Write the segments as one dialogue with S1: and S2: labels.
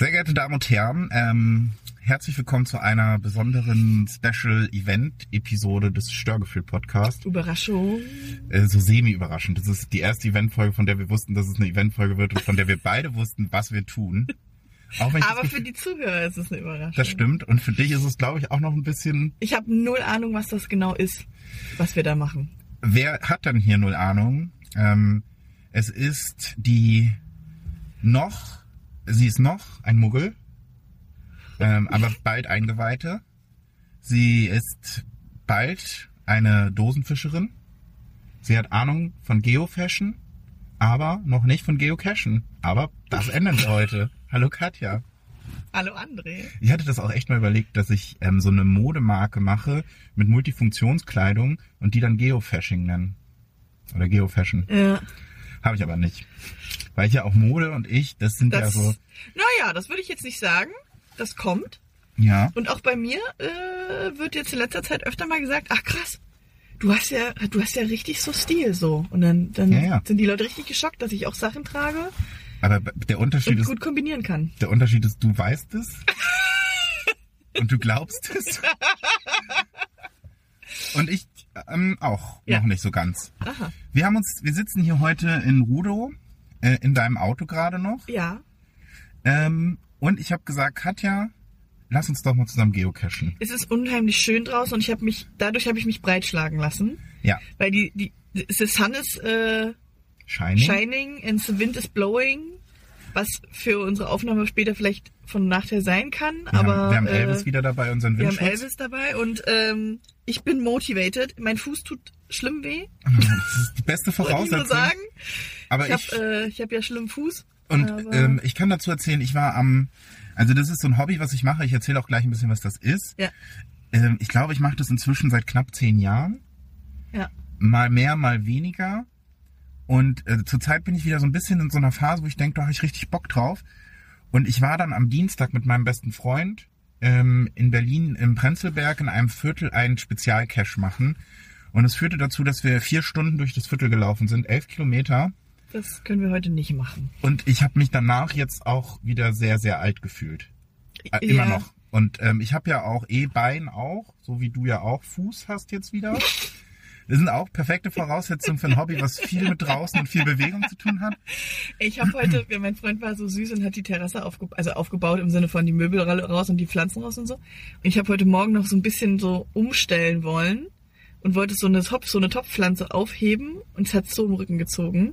S1: Meine Damen und Herren, ähm, herzlich willkommen zu einer besonderen Special-Event-Episode des Störgefühl-Podcasts.
S2: Überraschung.
S1: Äh, so semi-überraschend. Das ist die erste Eventfolge, von der wir wussten, dass es eine Eventfolge wird und von der wir beide wussten, was wir tun. Auch wenn ich
S2: Aber
S1: das,
S2: für
S1: Gefühl-
S2: die Zuhörer ist es eine Überraschung.
S1: das stimmt. Und für dich ist es, glaube ich, auch noch ein bisschen.
S2: Ich habe null Ahnung, was das genau ist, was wir da machen.
S1: Wer hat dann hier null Ahnung? Ähm, es ist die noch, sie ist noch ein Muggel, ähm, aber bald Eingeweihte. Sie ist bald eine Dosenfischerin. Sie hat Ahnung von Geocachen, aber noch nicht von Geocachen. Aber das ändern wir heute. Hallo Katja.
S2: Hallo André.
S1: Ich hatte das auch echt mal überlegt, dass ich ähm, so eine Modemarke mache mit Multifunktionskleidung und die dann Geofashing nennen. Oder Geofashion.
S2: Ja,
S1: Habe ich aber nicht. Weil ich ja auch Mode und ich, das sind ja
S2: das,
S1: so.
S2: naja, das würde ich jetzt nicht sagen. Das kommt.
S1: Ja.
S2: Und auch bei mir äh, wird jetzt in letzter Zeit öfter mal gesagt, ach krass, du hast ja, du hast ja richtig so Stil so. Und dann, dann
S1: Ja, ja.
S2: sind die Leute richtig geschockt, dass ich auch Sachen trage
S1: Aber b- der Unterschied
S2: und
S1: ist,
S2: gut kombinieren kann.
S1: der Unterschied ist, du weißt es. und du glaubst es. und ich ähm, auch
S2: Ja.
S1: noch nicht so ganz.
S2: Aha.
S1: Wir haben uns, wir sitzen hier heute in Rudo, äh, in deinem Auto gerade noch.
S2: Ja.
S1: Ähm, und ich habe gesagt, Katja, lass uns doch mal zusammen geocachen.
S2: Es ist unheimlich schön draußen und ich habe mich, dadurch habe ich mich breitschlagen lassen.
S1: Ja,
S2: Weil die, die, the sun is äh,
S1: Shining.
S2: shining and the wind is blowing, was für unsere Aufnahme später vielleicht von Nachteil sein kann,
S1: wir,
S2: aber
S1: haben, wir haben
S2: äh,
S1: Elvis wieder dabei, unseren
S2: wir haben
S1: Windschutz.
S2: Elvis dabei und ähm, ich bin motivated. Mein Fuß tut schlimm weh,
S1: Das ist die beste
S2: wollte ich
S1: Voraussetzung.
S2: nur sagen.
S1: Aber
S2: Ich
S1: ich,
S2: habe äh, ich hab ja schlimmen Fuß.
S1: und
S2: aber-
S1: ähm, ich kann dazu erzählen, ich war am, also das ist so ein Hobby, was ich mache. Ich erzähle auch gleich ein bisschen, was das ist.
S2: Ja,
S1: Ähm, ich glaube, ich mache das inzwischen seit knapp zehn Jahren.
S2: ja.
S1: mal mehr, mal weniger. Und äh, zurzeit bin ich wieder so ein bisschen in so einer Phase, wo ich denke, da habe ich richtig Bock drauf. Und ich war dann am Dienstag mit meinem besten Freund ähm, in Berlin im Prenzlberg in einem Viertel einen Spezialcache machen. Und es führte dazu, dass wir vier Stunden durch das Viertel gelaufen sind, elf Kilometer.
S2: Das können wir heute nicht machen.
S1: Und ich habe mich danach jetzt auch wieder sehr, sehr alt gefühlt. Äh,
S2: Ja.
S1: Immer noch. Und ähm, ich habe ja auch eh Bein auch, so wie du ja auch Fuß hast jetzt wieder. Das sind auch perfekte Voraussetzungen für ein Hobby, was viel mit draußen und viel Bewegung zu tun hat.
S2: Ich habe heute, ja, mein Freund war so süß und hat die Terrasse aufge also aufgebaut im Sinne von die Möbel ra- raus und die Pflanzen raus und so. Und ich habe heute Morgen noch so ein bisschen so umstellen wollen und wollte so eine, Top so eine Topfpflanze aufheben und es hat so im Rücken gezogen.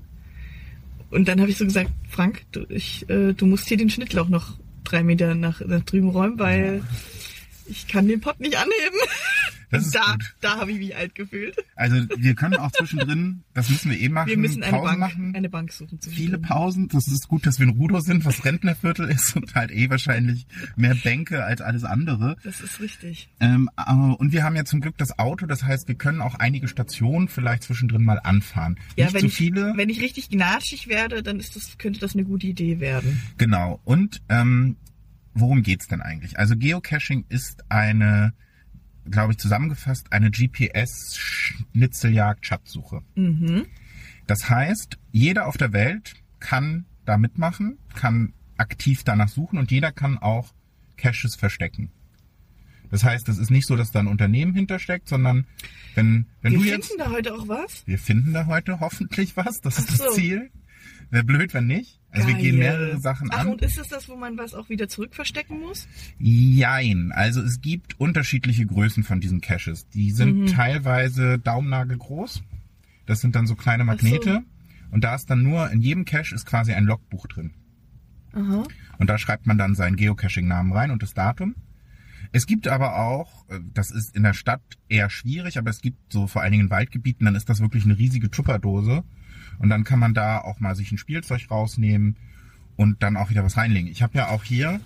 S2: Und dann habe ich so gesagt, Frank, du, ich, äh, du musst hier den Schnittlauch noch drei Meter nach, nach drüben räumen, weil ich kann den Pott nicht anheben.
S1: Das ist
S2: da
S1: gut.
S2: da habe ich mich alt gefühlt.
S1: Also wir können auch zwischendrin, das müssen wir eh machen,
S2: Wir müssen eine
S1: Pausen
S2: Bank,
S1: machen.
S2: eine Bank suchen. zu
S1: Viele
S2: finden.
S1: Pausen. Das ist gut, dass wir in Rudo sind, was Rentnerviertel ist und halt eh wahrscheinlich mehr Bänke als alles andere.
S2: Das ist richtig.
S1: Ähm, äh, und wir haben ja zum Glück das Auto, das heißt, wir können auch einige Stationen vielleicht zwischendrin mal anfahren. Nicht zu
S2: ich,
S1: viele.
S2: wenn ich richtig gnatschig werde, dann ist das, könnte das eine gute Idee werden.
S1: Genau. Und ähm, worum geht's denn eigentlich? Also Geocaching ist eine, glaube ich, zusammengefasst eine GPS-Schnitzeljagd-Schatzsuche.
S2: Mhm.
S1: Das heißt, jeder auf der Welt kann da mitmachen, kann aktiv danach suchen und jeder kann auch Caches verstecken. Das heißt, es ist nicht so, dass da ein Unternehmen hintersteckt, sondern wenn, wenn
S2: Wir
S1: du
S2: finden
S1: jetzt
S2: da heute auch was.
S1: wir finden da heute hoffentlich was. Das ist
S2: Ach
S1: das
S2: so.
S1: Ziel. Wäre blöd, wenn nicht. Also wir
S2: Geil.
S1: gehen mehrere Sachen
S2: Ach,
S1: an.
S2: und ist es das, wo man was auch wieder zurück verstecken muss?
S1: Jein. Also es gibt unterschiedliche Größen von diesen Caches. Die sind
S2: Mhm.
S1: teilweise Daumennagel groß. Das sind dann so kleine Magnete. Und da ist dann nur, in jedem Cache ist quasi ein Logbuch drin.
S2: Aha.
S1: Und da schreibt man dann seinen Geocaching-Namen rein und das Datum. Es gibt aber auch, äh, das ist in der Stadt eher schwierig, aber es gibt so vor allen Dingen in Waldgebieten, dann ist das wirklich eine riesige Tupperdose. Und dann kann man da auch mal sich ein Spielzeug rausnehmen und dann auch wieder was reinlegen. Ich habe ja auch hier,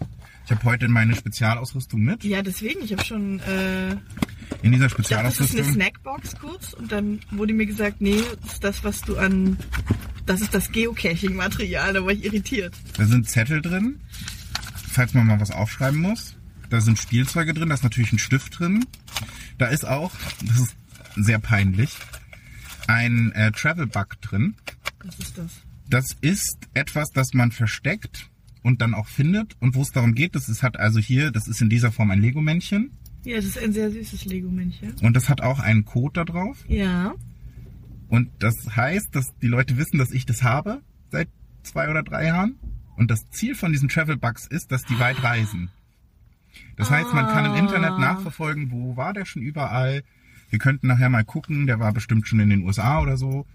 S1: ich habe heute meine Spezialausrüstung mit.
S2: Ja, deswegen. Ich habe schon. Äh,
S1: In dieser
S2: ich dachte, das ist eine
S1: Spezialausrüstung.
S2: Snackbox kurz und dann wurde mir gesagt, nee, das ist das, was du an. Das ist das Geocaching-Material. Da war ich irritiert.
S1: Da sind Zettel drin, falls man mal was aufschreiben muss. Da sind Spielzeuge drin, da ist natürlich ein Stift drin. Da ist auch, das ist sehr peinlich, ein äh, Travel Bug drin.
S2: Was ist das?
S1: Das ist etwas, das man versteckt und dann auch findet und wo es darum geht, das ist, hat also hier, das ist in dieser Form ein Lego-Männchen
S2: Ja, es ist ein sehr süßes Lego-Männchen.
S1: und das hat auch einen Code da drauf.
S2: Ja.
S1: Und das heißt, dass die Leute wissen, dass ich das habe seit zwei oder drei Jahren. Und das Ziel von diesen Travel Bugs ist, dass die weit reisen. Das heißt, man kann
S2: Ah.
S1: im Internet nachverfolgen, wo war der schon überall. Wir könnten nachher mal gucken, der war bestimmt schon in den USA oder so.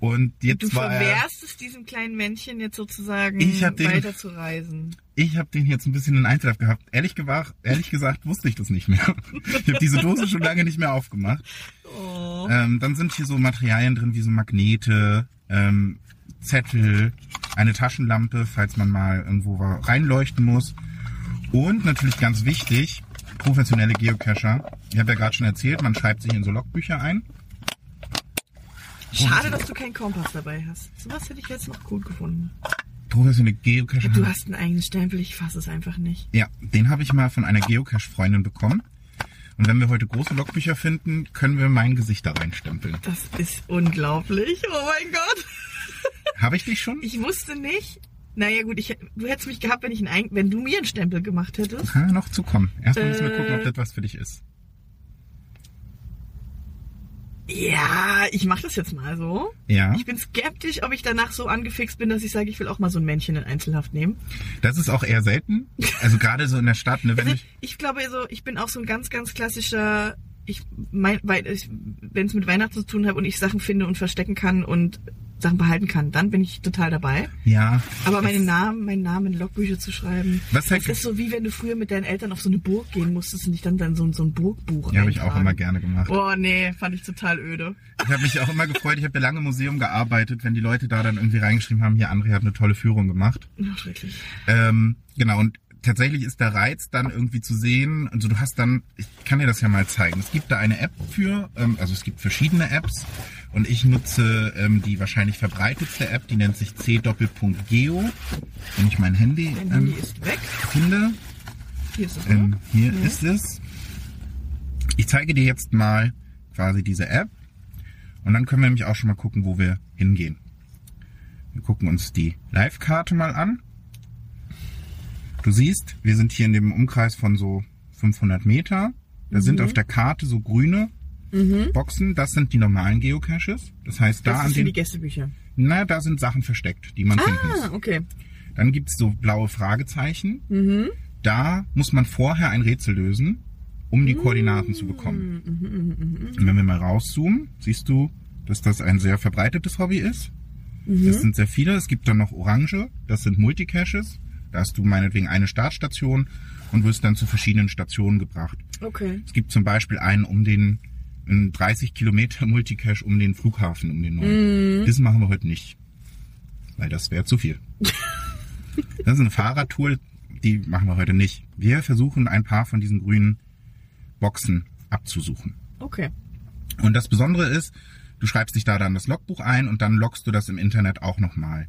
S1: Und jetzt
S2: Du
S1: war er,
S2: verwehrst es diesem kleinen Männchen jetzt sozusagen,
S1: Ich hab den-
S2: weiterzureisen.
S1: ich habe den jetzt ein bisschen in Einzelhaft gehabt. Ehrlich, gewach, ehrlich gesagt wusste ich das nicht mehr. Ich habe diese Dose schon lange nicht mehr aufgemacht.
S2: Oh.
S1: Ähm, dann sind hier so Materialien drin wie so Magnete, ähm, Zettel, eine Taschenlampe, falls man mal irgendwo wa- reinleuchten muss. Und natürlich ganz wichtig, professionelle Geocacher. Ich habe ja gerade schon erzählt, man schreibt sich in so Logbücher ein.
S2: Schade, dass du keinen Kompass dabei hast. Sowas hätte ich jetzt noch gut gefunden.
S1: Professionelle Geocacher.
S2: Du hast einen eigenen Stempel, ich fasse es einfach nicht.
S1: Ja, den habe ich mal von einer Geocache-Freundin bekommen. Und wenn wir heute große Logbücher finden, können wir mein Gesicht da reinstempeln.
S2: Das ist unglaublich. Oh mein Gott.
S1: Habe ich dich schon?
S2: Ich wusste nicht. Naja gut, ich, du hättest mich gehabt, wenn, ich einen, eig- wenn du mir einen Stempel gemacht hättest.
S1: Kann ja noch zukommen. Erstmal müssen wir
S2: Äh.
S1: gucken, ob das was für dich ist.
S2: Ja, ich mache das jetzt mal so.
S1: Ja.
S2: Ich bin skeptisch, ob ich danach so angefixt bin, dass ich sage, ich will auch mal so ein Männchen in Einzelhaft nehmen.
S1: Das ist auch eher selten. Also gerade so in der Stadt, ne, wenn
S2: Also,
S1: ich.
S2: ich glaube, so, ich bin auch so ein ganz, ganz klassischer, ich mein, weil ich, wenn es mit Weihnachten zu tun hat und ich Sachen finde und verstecken kann und Sachen behalten kann, dann bin ich total dabei.
S1: Ja.
S2: Aber meinen Namen, meinen Namen in Logbücher zu schreiben,
S1: Was
S2: das
S1: halt-
S2: ist so wie wenn du früher mit deinen Eltern auf so eine Burg gehen musstest und dich dann, dann so, ein- so ein Burgbuch
S1: Ja, habe ich auch
S2: eintragen.
S1: immer gerne gemacht.
S2: Boah, nee, fand ich total öde.
S1: Ich habe mich auch immer gefreut. Ich habe ja lange im Museum gearbeitet, wenn die Leute da dann irgendwie reingeschrieben haben, hier, André hat eine tolle Führung gemacht.
S2: Ach, schrecklich.
S1: Ähm, genau, und tatsächlich ist der Reiz dann irgendwie zu sehen. Also du hast dann, ich kann dir das ja mal zeigen. Es gibt da eine App für, ähm, also es gibt verschiedene Apps und ich nutze ähm, die wahrscheinlich verbreitetste App, die nennt sich c.geo. Wenn ich mein Handy
S2: Dein
S1: ähm,
S2: Handy ist weg.
S1: finde,
S2: Hier ist es. ne?
S1: Ähm,
S2: oder?
S1: hier ist es. Ich zeige dir jetzt mal quasi diese App und dann können wir nämlich auch schon mal gucken, wo wir hingehen. Wir gucken uns die Live-Karte mal an. Du siehst, wir sind hier in dem Umkreis von so 500 Meter. Da
S2: Mhm.
S1: sind auf der Karte so grüne Boxen. Das sind die normalen Geocaches. Das heißt, da
S2: das
S1: an
S2: ist für
S1: den,
S2: die Gästebücher.
S1: na, da sind Sachen versteckt, die man finden muss.
S2: Ah, okay.
S1: Dann gibt's so blaue Fragezeichen. Da muss man vorher ein Rätsel lösen, um die Koordinaten zu bekommen. Und wenn wir mal rauszoomen, siehst du, dass das ein sehr verbreitetes Hobby ist. Das sind sehr viele. Es gibt dann noch Orange, das sind Multicaches. Da hast du meinetwegen eine Startstation und wirst dann zu verschiedenen Stationen gebracht.
S2: Okay.
S1: Es gibt zum Beispiel einen um den einen 30 Kilometer Multicache um den Flughafen, um den neuen. Das machen wir heute nicht, weil das wäre zu viel. das ist eine Fahrradtour, die machen wir heute nicht. Wir versuchen ein paar von diesen grünen Boxen abzusuchen.
S2: Okay.
S1: Und das Besondere ist, du schreibst dich da dann das Logbuch ein und dann loggst du das im Internet auch nochmal.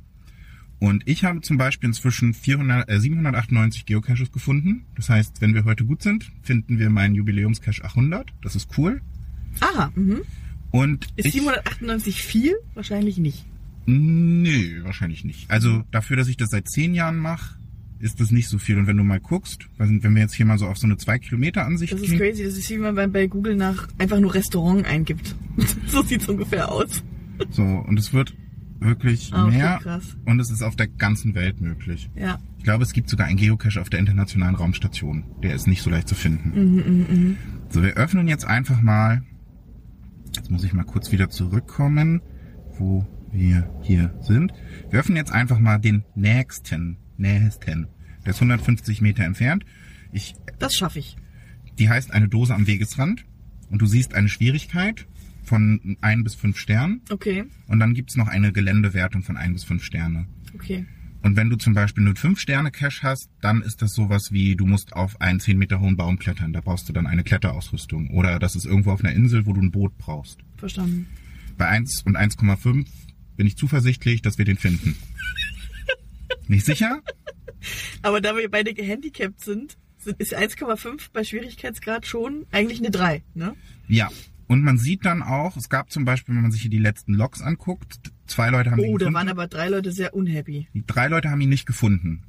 S1: Und ich habe zum Beispiel inzwischen 400, äh, 798 Geocaches gefunden. Das heißt, wenn wir heute gut sind, finden wir meinen Jubiläumscache 800. Das ist cool.
S2: Aha. Mhm.
S1: Und
S2: Ist
S1: ich,
S2: 798 viel? Wahrscheinlich nicht.
S1: Nö, wahrscheinlich nicht. Also dafür, dass ich das seit zehn Jahren mache, ist das nicht so viel. Und wenn du mal guckst, weiß nicht, wenn wir jetzt hier mal so auf so eine 2-Kilometer-Ansicht
S2: Das ist
S1: gehen,
S2: crazy. Das ist wie wenn man bei Google nach einfach nur Restaurant eingibt. so sieht's ungefähr aus.
S1: so, und es wird wirklich
S2: Ah, okay,
S1: mehr
S2: krass.
S1: und es ist auf der ganzen Welt möglich.
S2: Ja.
S1: Ich glaube, es gibt sogar einen Geocache auf der Internationalen Raumstation. Der ist nicht so leicht zu
S2: Mhm,
S1: finden. So, wir öffnen jetzt einfach mal. Jetzt muss ich mal kurz wieder zurückkommen, wo wir hier sind. Wir öffnen jetzt einfach mal den nächsten, nächsten. Der ist 150 Meter entfernt. Ich,
S2: Das schaffe ich.
S1: die heißt eine Dose am Wegesrand. Und du siehst eine Schwierigkeit von ein bis fünf Sternen.
S2: Okay.
S1: Und dann gibt's noch eine Geländewertung von ein bis fünf Sterne.
S2: Okay.
S1: Und wenn du zum Beispiel einen 5-Sterne-Cache hast, dann ist das sowas wie, du musst auf einen 10 Meter hohen Baum klettern. Da brauchst du dann eine Kletterausrüstung. Oder das ist irgendwo auf einer Insel, wo du ein Boot brauchst.
S2: Verstanden.
S1: Bei 1 und 1,5 bin ich zuversichtlich, dass wir den finden. Nicht sicher?
S2: Aber da wir beide gehandicapt sind, sind ist 1,5 bei Schwierigkeitsgrad schon eigentlich eine 3, ne?
S1: Ja. Und man sieht dann auch, es gab zum Beispiel, wenn man sich hier die letzten Logs anguckt, zwei Leute haben ihn
S2: Oh, da
S1: gefunden.
S2: waren aber drei Leute sehr unhappy.
S1: Drei Leute haben ihn nicht gefunden.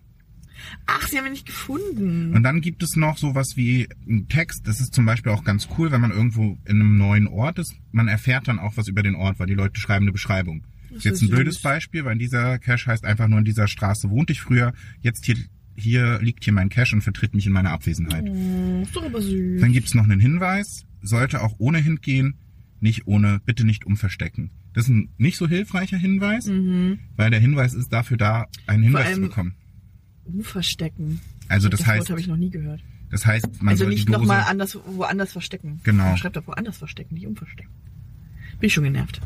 S2: Ach, sie haben ihn nicht gefunden.
S1: Und dann gibt es noch sowas wie einen Text. Das ist zum Beispiel auch ganz cool, wenn man irgendwo in einem neuen Ort ist. Man erfährt dann auch was über den Ort, weil die Leute schreiben eine Beschreibung. Das ist
S2: ist
S1: jetzt ein
S2: süß.
S1: blödes Beispiel, weil in dieser Cache heißt einfach nur, in dieser Straße wohnte ich früher. Jetzt hier, hier liegt hier mein Cache und vertritt mich in meiner Abwesenheit. Mhm.
S2: Oh, ist doch aber süß.
S1: Dann gibt's noch einen Hinweis, sollte auch ohne Hint gehen, nicht ohne, bitte nicht umverstecken. Das ist ein nicht so hilfreicher Hinweis, weil der Hinweis ist dafür da, einen Hinweis zu
S2: Mhm. allem-
S1: bekommen.
S2: Umverstecken.
S1: Also das
S2: das Wort
S1: heißt,
S2: habe ich noch nie gehört.
S1: das heißt, man
S2: also
S1: soll
S2: nicht
S1: die Dose,
S2: nochmal anders, woanders verstecken.
S1: Genau.
S2: Man schreibt doch woanders verstecken, nicht umverstecken. Bin ich schon genervt.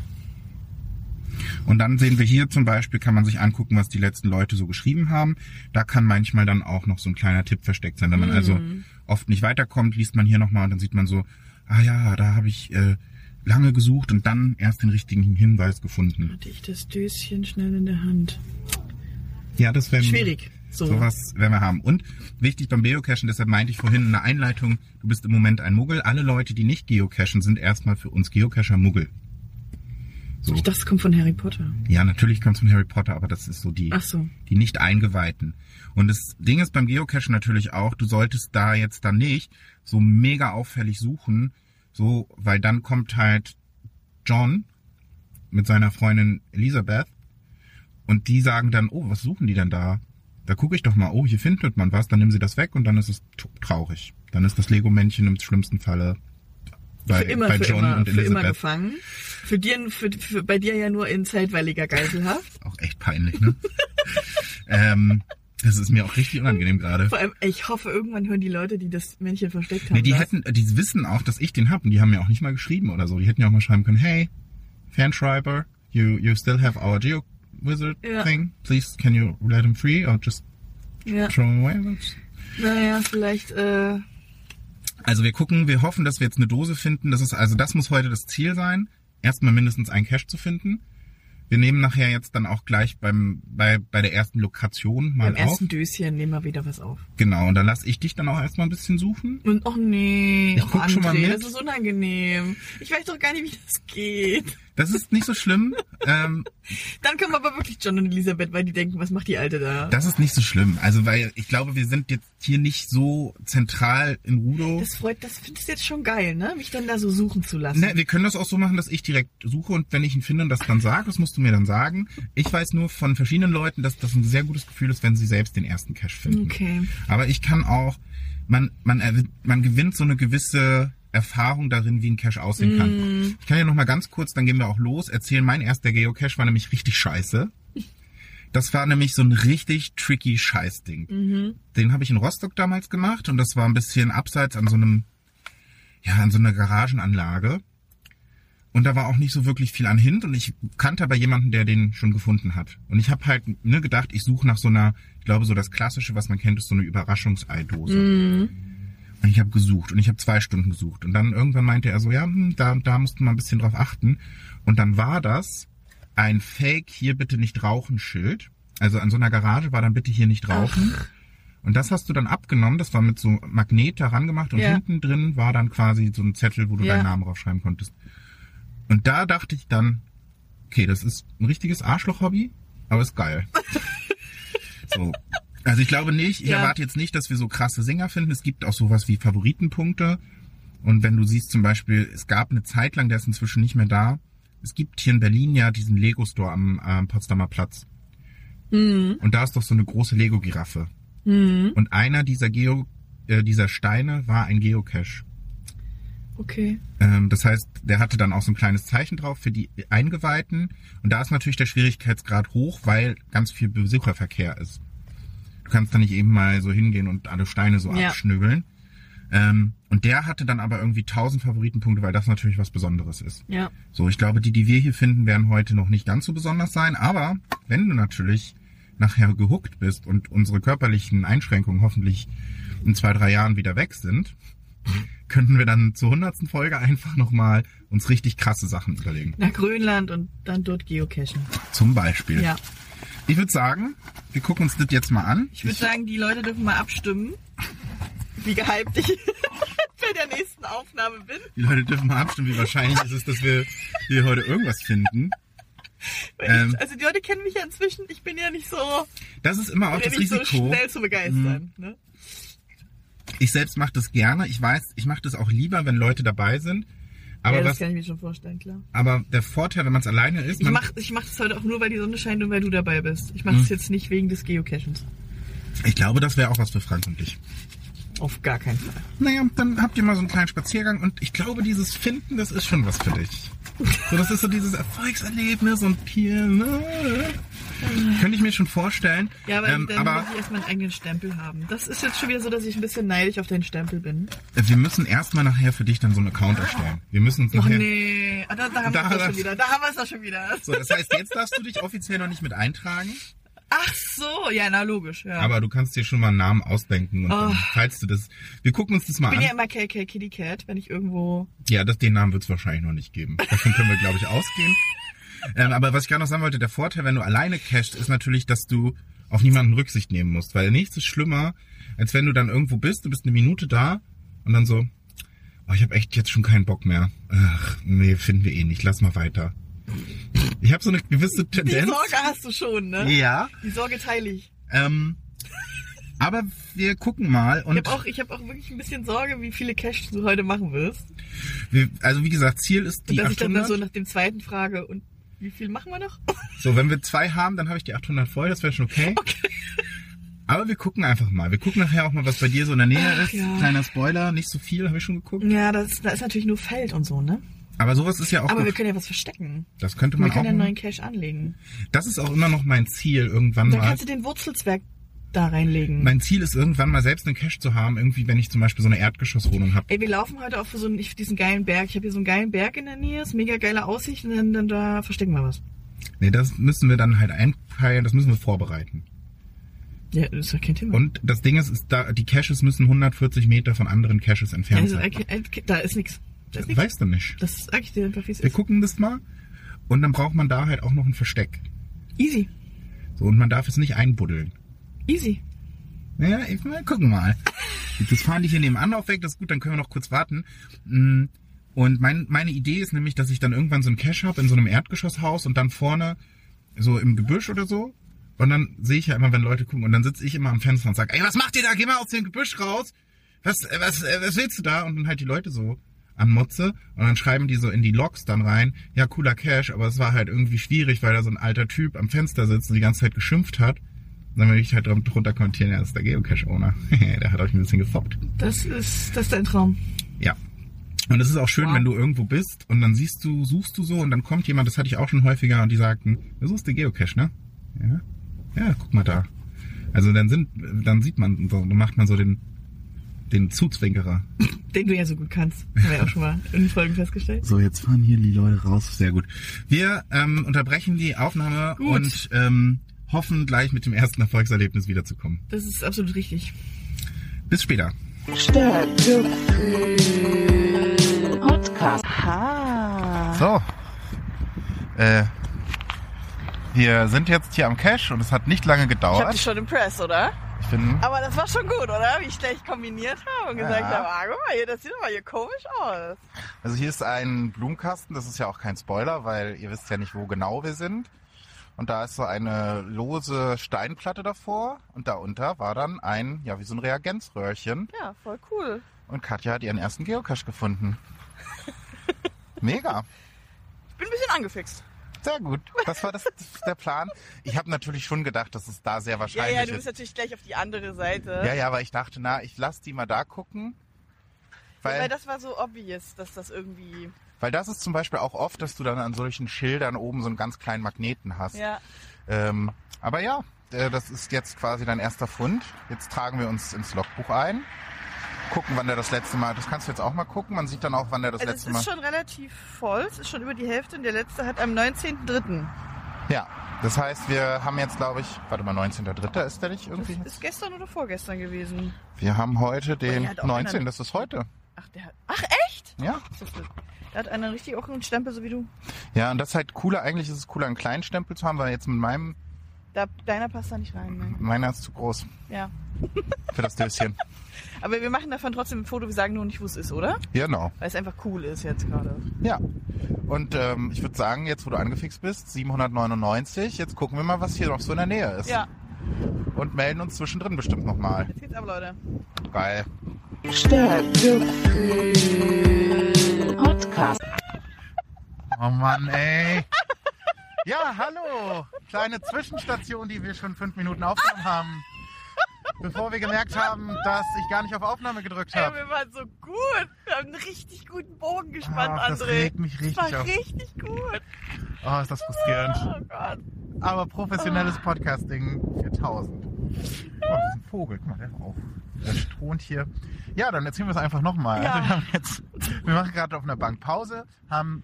S1: Und dann sehen wir hier zum Beispiel, kann man sich angucken, was die letzten Leute so geschrieben haben. Da kann manchmal dann auch noch so ein kleiner Tipp versteckt sein. Wenn man also
S2: Mhm.
S1: oft nicht weiterkommt, liest man hier nochmal und dann sieht man so, ah ja, da habe ich äh, lange gesucht und dann erst den richtigen Hinweis gefunden.
S2: Hatte ich das Döschen schnell in der Hand.
S1: Ja, das wäre
S2: Schwierig. So.
S1: Sowas werden wir haben. Und wichtig beim Geocachen, deshalb meinte ich vorhin in der Einleitung, du bist im Moment ein Muggel. Alle Leute, die nicht geocachen, sind erstmal für uns Geocacher Muggel. So.
S2: Ich dachte, es kommt von Harry Potter.
S1: Ja, natürlich kommt es von Harry Potter, aber das ist so die,
S2: Ach so.
S1: die nicht eingeweihten. Und das Ding ist beim Geocachen natürlich auch, du solltest da jetzt dann nicht so mega auffällig suchen, so, weil dann kommt halt John mit seiner Freundin Elisabeth und die sagen dann, oh, was suchen die denn da? Da gucke ich doch mal, oh, hier findet man was, dann nehmen sie das weg und dann ist es t- traurig. Dann ist das Lego-Männchen im schlimmsten Falle bei,
S2: für immer,
S1: bei
S2: für
S1: John
S2: immer,
S1: und
S2: für immer
S1: Elisabeth.
S2: gefangen. Für dir, für, für, bei dir ja nur in zeitweiliger Geiselhaft.
S1: Auch echt peinlich, ne? ähm, das ist mir auch richtig unangenehm gerade.
S2: Vor allem, ich hoffe, irgendwann hören die Leute, die das Männchen versteckt haben.
S1: Nee, die
S2: das.
S1: hätten, die wissen auch, dass ich den hab und die haben mir auch nicht mal geschrieben oder so. Die hätten ja auch mal schreiben können, hey, Fanschreiber, you, you still have our Geo Wizard
S2: Ja.
S1: thing. Please, can you let him free or just
S2: ja.
S1: throw him away?
S2: Naja, vielleicht, äh,
S1: Also wir gucken, wir hoffen, dass wir jetzt eine Dose finden. Das ist also, das muss heute das Ziel sein, erstmal mindestens einen Cache zu finden. Wir nehmen nachher jetzt dann auch gleich beim, bei, bei der ersten Lokation mal
S2: beim
S1: auf.
S2: ersten Döschen nehmen wir wieder was auf.
S1: Genau, und dann lass ich dich dann auch erstmal ein bisschen suchen.
S2: Und och nee,
S1: Ich
S2: och,
S1: guck schon mal
S2: André,
S1: mit.
S2: das ist unangenehm. Ich weiß doch gar nicht, wie das geht.
S1: Das ist nicht so schlimm. ähm,
S2: Dann kommen aber wirklich John und Elisabeth, weil die denken, was macht die Alte da?
S1: Das ist nicht so schlimm. Also, weil ich glaube, wir sind jetzt hier nicht so zentral in Rudo.
S2: Das freut, das findest du jetzt schon geil, ne? Mich dann da so suchen zu lassen.
S1: Ne, wir können das auch so machen, dass ich direkt suche und wenn ich ihn finde und das dann sage, das musst du mir dann sagen. Ich weiß nur von verschiedenen Leuten, dass das ein sehr gutes Gefühl ist, wenn sie selbst den ersten Cash finden.
S2: Okay.
S1: Aber ich kann auch, man, man, erwi- man gewinnt so eine gewisse Erfahrung darin, wie ein Cash aussehen kann. Ich kann ja noch mal ganz kurz, dann gehen wir auch los, erzählen, mein erster Geocache war nämlich richtig scheiße. Das war nämlich so ein richtig tricky Scheißding. Den habe ich in Rostock damals gemacht und das war ein bisschen abseits an so einem, ja, an so einer Garagenanlage. Und da war auch nicht so wirklich viel an Hint und ich kannte aber jemanden, der den schon gefunden hat. Und ich habe halt ne, gedacht, ich suche nach so einer, ich glaube so das Klassische, was man kennt, ist so eine Überraschungseidose. Und ich habe gesucht und ich habe zwei Stunden gesucht. Und dann irgendwann meinte er so, ja, hm, da, da musst du mal ein bisschen drauf achten. Und dann war das ein Fake, hier bitte nicht rauchen Schild. Also an so einer Garage war dann bitte hier nicht rauchen. Und das hast du dann abgenommen, das war mit so Magnet daran gemacht und
S2: Ja.
S1: hinten drin war dann quasi so ein Zettel, wo du
S2: Ja.
S1: deinen Namen draufschreiben konntest. Und da dachte ich dann, okay, das ist ein richtiges Arschloch-Hobby, aber ist geil. so. Also ich glaube nicht, ich
S2: Ja.
S1: erwarte jetzt nicht, dass wir so krasse Singer finden. Es gibt auch sowas wie Favoritenpunkte. Und wenn du siehst zum Beispiel, es gab eine Zeit lang, der ist inzwischen nicht mehr da. Es gibt hier in Berlin ja diesen Lego-Store am ähm, Potsdamer Platz.
S2: Mhm.
S1: Und da ist doch so eine große Lego-Giraffe. Und einer dieser, Geo, äh, dieser Steine war ein Geocache.
S2: Okay.
S1: Ähm, das heißt, der hatte dann auch so ein kleines Zeichen drauf für die Eingeweihten. Und da ist natürlich der Schwierigkeitsgrad hoch, weil ganz viel Besucherverkehr ist. Du kannst da nicht eben mal so hingehen und alle Steine so
S2: Ja.
S1: abschnügeln. Ähm, und der hatte dann aber irgendwie 1000 Favoritenpunkte, weil das natürlich was Besonderes ist.
S2: Ja.
S1: So, ich glaube, die, die wir hier finden, werden heute noch nicht ganz so besonders sein. Aber wenn du natürlich nachher gehuckt bist und unsere körperlichen Einschränkungen hoffentlich in zwei, drei Jahren wieder weg sind, könnten wir dann zur hundertsten Folge einfach nochmal uns richtig krasse Sachen überlegen.
S2: Nach Grönland und dann dort geocachen.
S1: Zum Beispiel.
S2: Ja.
S1: Ich würde sagen, wir gucken uns das jetzt mal an.
S2: Ich würde sagen, die Leute dürfen mal abstimmen, wie gehypt ich bei der nächsten Aufnahme bin.
S1: Die Leute dürfen mal abstimmen, wie wahrscheinlich es ist, dass wir hier heute irgendwas finden.
S2: Weil
S1: Ähm.
S2: ich, also die Leute kennen mich ja inzwischen. Ich bin ja nicht so,
S1: Das ist immer auch
S2: bin ja
S1: das
S2: nicht so
S1: Risiko. Mhm.
S2: schnell zu begeistern. Ne?
S1: ich selbst mache das gerne. Ich weiß, ich mache das auch lieber, wenn Leute dabei sind. Aber,
S2: ja, das
S1: was,
S2: kann ich mir schon vorstellen, klar.
S1: aber der Vorteil, wenn man es alleine ist,
S2: Ich
S1: man, Mhm.
S2: mach, ich mach das heute auch nur, weil die Sonne scheint und weil du dabei bist. Ich mache es jetzt nicht wegen des Geocachens.
S1: ich glaube, das wäre auch was für Frank und dich.
S2: Auf gar keinen Fall.
S1: Naja, dann habt ihr mal so einen kleinen Spaziergang und ich glaube, dieses Finden, das ist schon was für dich. So, das ist so dieses Erfolgserlebnis und hier, ne? Könnte ich mir schon vorstellen.
S2: Ja, aber
S1: ähm,
S2: dann
S1: aber
S2: muss ich erst meinen eigenen Stempel haben. Das ist jetzt schon wieder so, dass ich ein bisschen neidisch auf deinen Stempel bin.
S1: wir müssen erstmal nachher für dich dann so einen Account erstellen. Wir müssen uns
S2: Ach
S1: nachher.
S2: Oh, nee, ah, da, da
S1: Da
S2: haben wir es doch
S1: hat's-
S2: schon wieder. Da haben wir es doch schon wieder.
S1: So, das heißt, jetzt darfst du dich offiziell noch nicht mit eintragen,
S2: Ach so, ja, na logisch, ja.
S1: aber du kannst dir schon mal einen Namen ausdenken und dann
S2: Oh.
S1: teilst du das. Wir gucken uns das mal
S2: ich bin
S1: an.
S2: ja immer KK Kitty Cat, wenn ich irgendwo.
S1: Ja, das, den Namen wird es wahrscheinlich noch nicht geben. Davon können wir, glaube ich, ausgehen. Ähm, aber was ich gerade noch sagen wollte, der Vorteil, wenn du alleine cashst, ist natürlich, dass du auf niemanden Rücksicht nehmen musst. Weil nichts ist schlimmer, als wenn du dann irgendwo bist, du bist eine Minute da und dann so, oh, ich habe echt jetzt schon keinen Bock mehr. Ach, nee, finden wir eh nicht, lass mal weiter. Ich habe so eine gewisse
S2: Die
S1: Tendenz.
S2: Sorge hast du schon, ne?
S1: Ja.
S2: Die Sorge teile ich.
S1: Ähm, aber wir gucken mal und
S2: Ich habe auch, ich hab auch wirklich ein bisschen Sorge, wie viele Cash du heute machen wirst.
S1: wir, also wie gesagt, Ziel ist
S2: Und
S1: die
S2: dass ich dann, dann
S1: 800.
S2: so nach dem zweiten frage, und wie viel machen wir noch?
S1: So, wenn wir zwei haben, dann habe ich die 800 voll, das wäre schon okay. Aber wir gucken einfach mal. Wir gucken nachher auch mal, was bei dir so in der Nähe
S2: Ach,
S1: ist.
S2: ja.
S1: Kleiner Spoiler, nicht so viel, habe ich schon geguckt.
S2: Ja, das, da ist natürlich nur Feld und so, ne?
S1: Aber sowas ist ja auch,
S2: Aber wir
S1: noch,
S2: können ja was verstecken.
S1: das könnte
S2: Wir
S1: man auch,
S2: können ja einen neuen Cache anlegen.
S1: das ist auch immer noch mein Ziel, irgendwann
S2: Dann
S1: mal.
S2: kannst du den Wurzelzwerg da reinlegen.
S1: Mein Ziel ist irgendwann mal selbst einen Cache zu haben, irgendwie, wenn ich zum Beispiel so eine Erdgeschosswohnung habe.
S2: Ey, wir laufen heute auch für so einen, ich- diesen geilen Berg. Ich habe hier so einen geilen Berg in der Nähe, ist mega geile Aussicht und dann, dann da verstecken wir was.
S1: Nee, das müssen wir dann halt einpeilen, das müssen wir vorbereiten.
S2: Ja, das ist doch kein Thema.
S1: Und das Ding ist, ist da, die Caches müssen 140 Meter von anderen Caches
S2: ja,
S1: entfernt
S2: also,
S1: sein.
S2: okay, okay, da ist nichts. Da ist nichts.
S1: Weißt du nicht.
S2: Das sag ich dir einfach, wie es
S1: Wir
S2: ist.
S1: gucken das mal und dann braucht man da halt auch noch ein Versteck.
S2: Easy.
S1: So, und man darf es nicht einbuddeln.
S2: Easy.
S1: Ja, ich mal gucken mal. Das fahren die hier nebenan auf weg, das ist gut, dann können wir noch kurz warten. Mm, Und mein, meine Idee ist nämlich, dass ich dann irgendwann so einen Cache habe in so einem Erdgeschosshaus und dann vorne so im Gebüsch oder so. Und dann sehe ich ja immer, wenn Leute gucken und dann sitze ich immer am Fenster und sage, ey, was macht ihr da? Geh mal aus dem Gebüsch raus. Was, äh, was, äh, was willst du da? Und dann halt die Leute so an Motze und dann schreiben die so in die Logs dann rein, ja, cooler Cache, aber es war halt irgendwie schwierig, weil da so ein alter Typ am Fenster sitzt und die ganze Zeit geschimpft hat. Und dann würde ich halt drunter kommentieren, er ist der Geocache-Owner. der hat euch ein bisschen gefoppt.
S2: Das ist, das ist dein Traum.
S1: Ja. Und es ist auch schön,
S2: Wow.
S1: wenn du irgendwo bist und dann siehst du, suchst du so und dann kommt jemand, das hatte ich auch schon häufiger, und die sagten, du suchst den Geocache, ne? Ja. Ja, guck mal da. Also dann sind, dann sieht man, so, dann macht man so den, den Zuzwinkerer.
S2: Den du ja so gut kannst. Haben wir ja auch schon mal in den Folgen festgestellt.
S1: So, jetzt fahren hier die Leute raus. Sehr gut. Wir ähm, unterbrechen die Aufnahme
S2: Gut.
S1: und ähm, hoffen gleich mit dem ersten Erfolgserlebnis wiederzukommen.
S2: Das ist absolut richtig.
S1: Bis später.
S3: Podcast.
S1: So. Äh, wir sind jetzt hier am Cache und es hat nicht lange
S2: Ich hab dich
S1: gedauert.
S2: schon impressed, oder?
S1: Ich bin,
S2: Aber das war schon gut, oder? Wie ich gleich kombiniert habe und gesagt habe, ah, guck mal, hier, das sieht aber hier komisch aus.
S1: also hier ist ein Blumenkasten, das ist ja auch kein Spoiler, weil ihr wisst ja nicht, wo genau wir sind. Und da ist so eine lose Steinplatte davor und darunter war dann ein, ja, wie so ein Reagenzröhrchen.
S2: Ja, voll cool.
S1: Und Katja hat ihren ersten Geocache gefunden. Mega.
S2: Ich bin ein bisschen angefixt.
S1: Sehr gut. Das war das, das ist der Plan. Ich habe natürlich schon gedacht, dass es da sehr
S2: Ja,
S1: wahrscheinlich
S2: ja, du
S1: ist.
S2: bist natürlich gleich auf die andere Seite.
S1: Ja, ja, aber ich dachte, na, ich lass die mal da gucken. Weil,
S2: Weil
S1: weil, das
S2: das war so obvious, dass das irgendwie.
S1: ist zum Beispiel auch oft, dass du dann an solchen Schildern oben so einen ganz kleinen Magneten hast.
S2: Ja.
S1: Ähm, aber ja, äh, das ist jetzt quasi dein erster Fund. Jetzt tragen wir uns ins Logbuch ein. Gucken, wann der das letzte Mal, das kannst du jetzt auch mal gucken. Man sieht dann auch, wann der das
S2: Also es
S1: letzte Mal.
S2: ist schon relativ voll, es ist schon über die Hälfte und der letzte hat am 19.03.
S1: Ja, das heißt, wir haben jetzt, glaube ich, warte mal, 19.3. ist der nicht
S2: Das
S1: irgendwie?
S2: ist gestern oder vorgestern gewesen.
S1: Wir haben heute den
S2: der hat auch
S1: 19.
S2: einen-
S1: Das ist heute.
S2: Ach, der hat. Ach, echt?
S1: Ja.
S2: Ist das blöd. Der hat einen richtig auch einen Stempel, so wie du.
S1: Ja, und das ist halt cooler, eigentlich ist es cooler, einen kleinen Stempel zu haben, weil jetzt mit meinem
S2: Da, deiner passt da nicht rein, ne?
S1: Meiner ist zu groß
S2: Ja.
S1: für das Döschen.
S2: Aber wir machen davon trotzdem ein Foto, wir sagen nur nicht, wo es ist, oder?
S1: genau.
S2: Weil es einfach cool ist jetzt gerade.
S1: Ja. Und ähm, ich würde sagen, jetzt wo du angefixt bist, 799, jetzt gucken wir mal, was hier noch so in der Nähe ist.
S2: Ja,
S1: Und melden uns zwischendrin bestimmt nochmal.
S2: jetzt geht's ab, Leute.
S1: Geil.
S3: Podcast.
S1: Oh Mann, ey. Ja, hallo. Kleine Zwischenstation, die wir schon fünf Minuten aufgenommen haben. Bevor wir gemerkt haben, dass ich gar nicht auf Aufnahme gedrückt
S2: Ey,
S1: habe.
S2: wir waren so gut. Wir haben einen richtig guten Bogen gespannt,
S1: Ah, das
S2: André.
S1: regt mich richtig
S2: das war
S1: auf.
S2: richtig gut.
S1: Oh, ist das frustrierend.
S2: Oh Gott.
S1: Aber
S2: Ah.
S1: professionelles Podcasting 4000. Oh, das ist ein Vogel. Guck mal, der auf. Der thront hier. Ja, dann erzählen wir es einfach nochmal.
S2: Ja.
S1: Also wir, haben jetzt, wir machen gerade auf einer Bank Pause, haben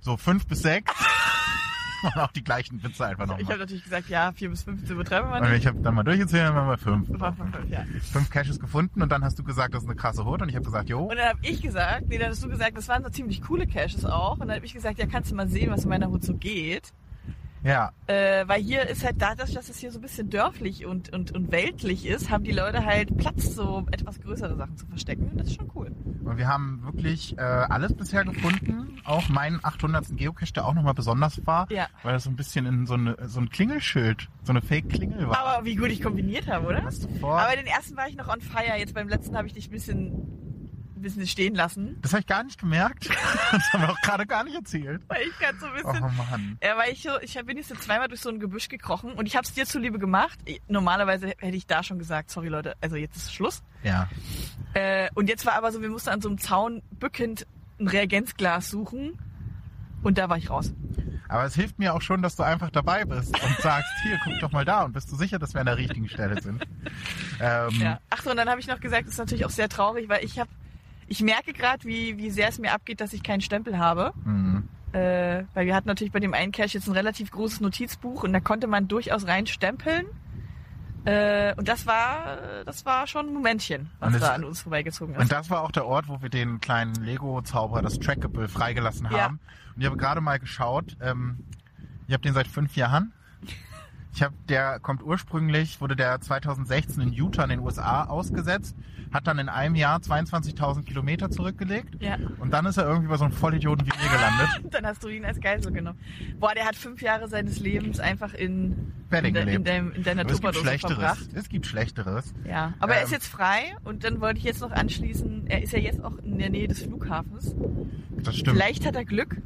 S1: so fünf bis sechs. Machen auch die gleichen Witze einfach
S2: Ich habe
S1: nochmal.
S2: natürlich gesagt, ja, 4 bis 15 übertreiben wir
S1: Und
S2: nicht.
S1: ich habe dann mal durchgezählt, dann waren wir fünf.
S2: Machen wir fünf, ja.
S1: Fünf Caches gefunden und dann hast du gesagt, das ist eine krasse Hut und ich habe gesagt, jo.
S2: Und dann habe ich gesagt, nee, dann hast du gesagt, das waren so ziemlich coole Caches auch. Und dann habe ich gesagt, ja, kannst du mal sehen, was in meiner Hut so geht.
S1: Ja,
S2: Äh, weil hier ist halt dadurch, dass es hier so ein bisschen dörflich und, und, und weltlich ist, haben die Leute halt Platz, so etwas größere Sachen zu verstecken. Und das ist schon cool.
S1: Und wir haben wirklich äh, alles bisher gefunden. Auch meinen 800. Geocache, der auch nochmal besonders war.
S2: Ja.
S1: Weil das so ein bisschen in so, eine, so ein Klingelschild, so eine Fake-Klingel war.
S2: Aber wie gut ich kombiniert habe, oder?
S1: Hast du vor?
S2: Aber den ersten war ich noch on fire. Jetzt beim letzten habe ich dich ein bisschen, ein bisschen stehen lassen.
S1: das habe ich gar nicht gemerkt. das haben wir auch gerade gar nicht erzählt.
S2: Weil ich gerade so ein
S1: Oh
S2: bisschen
S1: Mann.
S2: Ja, weil ich, so, ich bin jetzt so zweimal durch so ein Gebüsch gekrochen und ich hab's dir zuliebe gemacht. Ich- Normalerweise hätte ich da schon gesagt, sorry Leute, also jetzt ist Schluss.
S1: Ja.
S2: Äh, und jetzt war aber so, wir mussten an so einem Zaun bückend ein Reagenzglas suchen und da war ich raus.
S1: Aber es hilft mir auch schon, dass du einfach dabei bist und sagst, hier, guck doch mal da und bist du sicher, dass wir an der richtigen Stelle sind. Ähm,
S2: Ja. Ach so, und dann habe ich noch gesagt, ist natürlich auch sehr traurig, weil ich hab, ich merke gerade, wie, wie sehr es mir abgeht, dass ich keinen Stempel habe.
S1: mh.
S2: Äh, weil wir hatten natürlich bei dem einen Cache jetzt ein relativ großes Notizbuch und da konnte man durchaus rein stempeln. Äh, und das war, das war schon ein Momentchen, was
S1: Und es-
S2: da an uns vorbeigezogen ist.
S1: Und das war auch der Ort, wo wir den kleinen Lego-Zauberer, das Trackable, freigelassen
S2: Ja.
S1: haben. Und ich habe gerade mal geschaut, ähm, ich habe den seit fünf Jahren. Ich habe, der kommt ursprünglich, wurde der 2016 in Utah in den USA ausgesetzt, hat dann in einem Jahr 22.000 Kilometer zurückgelegt
S2: ja.
S1: und dann ist er irgendwie bei so einem Vollidioten wie mir gelandet.
S2: Und dann hast du ihn als Geisel genommen. Boah, der hat fünf Jahre seines Lebens einfach in,
S1: Wedding
S2: in, de, in,
S1: gelebt.
S2: deinem, in deiner
S1: Aber es gibt
S2: Tupperdose
S1: Schlechteres.
S2: verbracht.
S1: Es gibt Schlechteres.
S2: Ja. Aber er
S1: Ähm.
S2: ist jetzt frei und dann wollte ich jetzt noch anschließen, er ist ja jetzt auch in der Nähe des Flughafens.
S1: Das stimmt.
S2: Vielleicht hat er Glück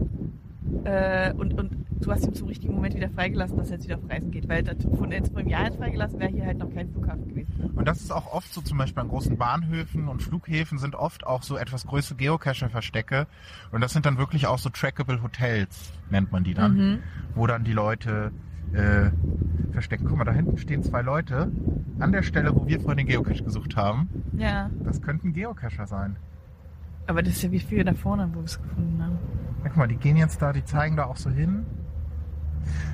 S2: äh, und, und du hast ihn zum richtigen Moment wieder freigelassen, dass er jetzt wieder auf Reisen geht, weil das von jetzt vor einem Jahr jetzt freigelassen wäre hier halt noch kein Flughafen gewesen.
S1: Und das ist auch oft so, zum Beispiel an großen Bahnhöfen und Flughäfen sind oft auch so etwas größere Geocacher-Verstecke. Und das sind dann wirklich auch so trackable Hotels, nennt man die dann,
S2: Mhm.
S1: wo dann die Leute äh, verstecken. Guck mal, da hinten stehen zwei Leute an der Stelle, wo wir vorhin den Geocache gesucht haben.
S2: Ja.
S1: Das könnten Geocacher sein.
S2: Aber das ist ja wie viel da vorne, wo wir es gefunden haben.
S1: Ja, guck mal, die gehen jetzt da, die zeigen da auch so hin.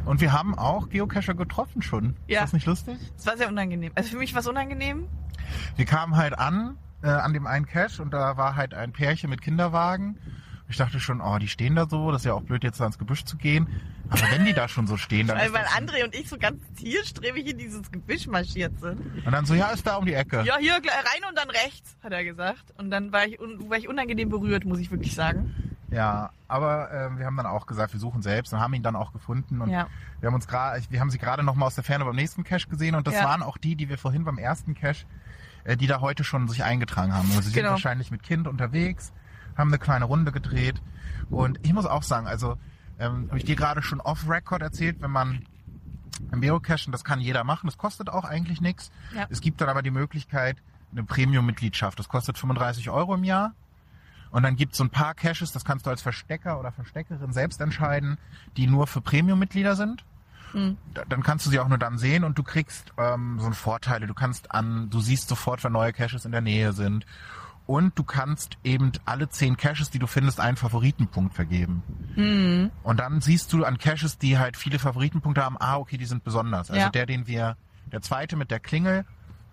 S1: Und wir haben auch Geocacher getroffen schon.
S2: Ja.
S1: Ist das nicht lustig?
S2: Es war sehr unangenehm. Also für mich war es unangenehm.
S1: Wir kamen halt an, äh, an dem einen Cache und da war halt ein Pärchen mit Kinderwagen. Ich dachte schon, oh, die stehen da so, das ist ja auch blöd, jetzt da ins Gebüsch zu gehen. Aber wenn die da schon so stehen, dann
S2: Weil,
S1: ist
S2: weil
S1: das
S2: André und ich so ganz tierstrebig in dieses Gebüsch marschiert sind.
S1: Und dann so, ja, ist da um die Ecke.
S2: Ja, hier gl- rein und dann rechts, hat er gesagt. Und dann war ich, un war ich unangenehm berührt, muss ich wirklich sagen.
S1: Ja, aber ähm, wir haben dann auch gesagt, wir suchen selbst und haben ihn dann auch gefunden. Und
S2: Ja.
S1: wir haben uns gerade, wir haben sie gerade noch mal aus der Ferne beim nächsten Cache gesehen und das
S2: Ja.
S1: waren auch die, die wir vorhin beim ersten Cache, äh, die da heute schon sich eingetragen haben. Also sie sind
S2: Genau.
S1: wahrscheinlich mit Kind unterwegs, haben eine kleine Runde gedreht und ich muss auch sagen, also ähm, habe ich dir gerade schon off Record erzählt, wenn man im Geocachen, das kann jeder machen, das kostet auch eigentlich nichts.
S2: Ja.
S1: Es gibt dann aber die Möglichkeit, eine Premium-Mitgliedschaft, das kostet 35 Euro im Jahr. Und dann gibt es so ein paar Caches, das kannst du als Verstecker oder Versteckerin selbst entscheiden, die nur für Premium-Mitglieder sind.
S2: Hm.
S1: Da- Dann kannst du sie auch nur dann sehen und du kriegst ähm, so Vorteile. Du kannst an, du siehst sofort, wenn neue Caches in der Nähe sind. Und du kannst eben alle zehn Caches, die du findest, einen Favoritenpunkt vergeben.
S2: Hm.
S1: Und dann siehst du an Caches, die halt viele Favoritenpunkte haben, ah, okay, die sind besonders. Also
S2: Ja.
S1: der, den wir, der zweite mit der Klingel,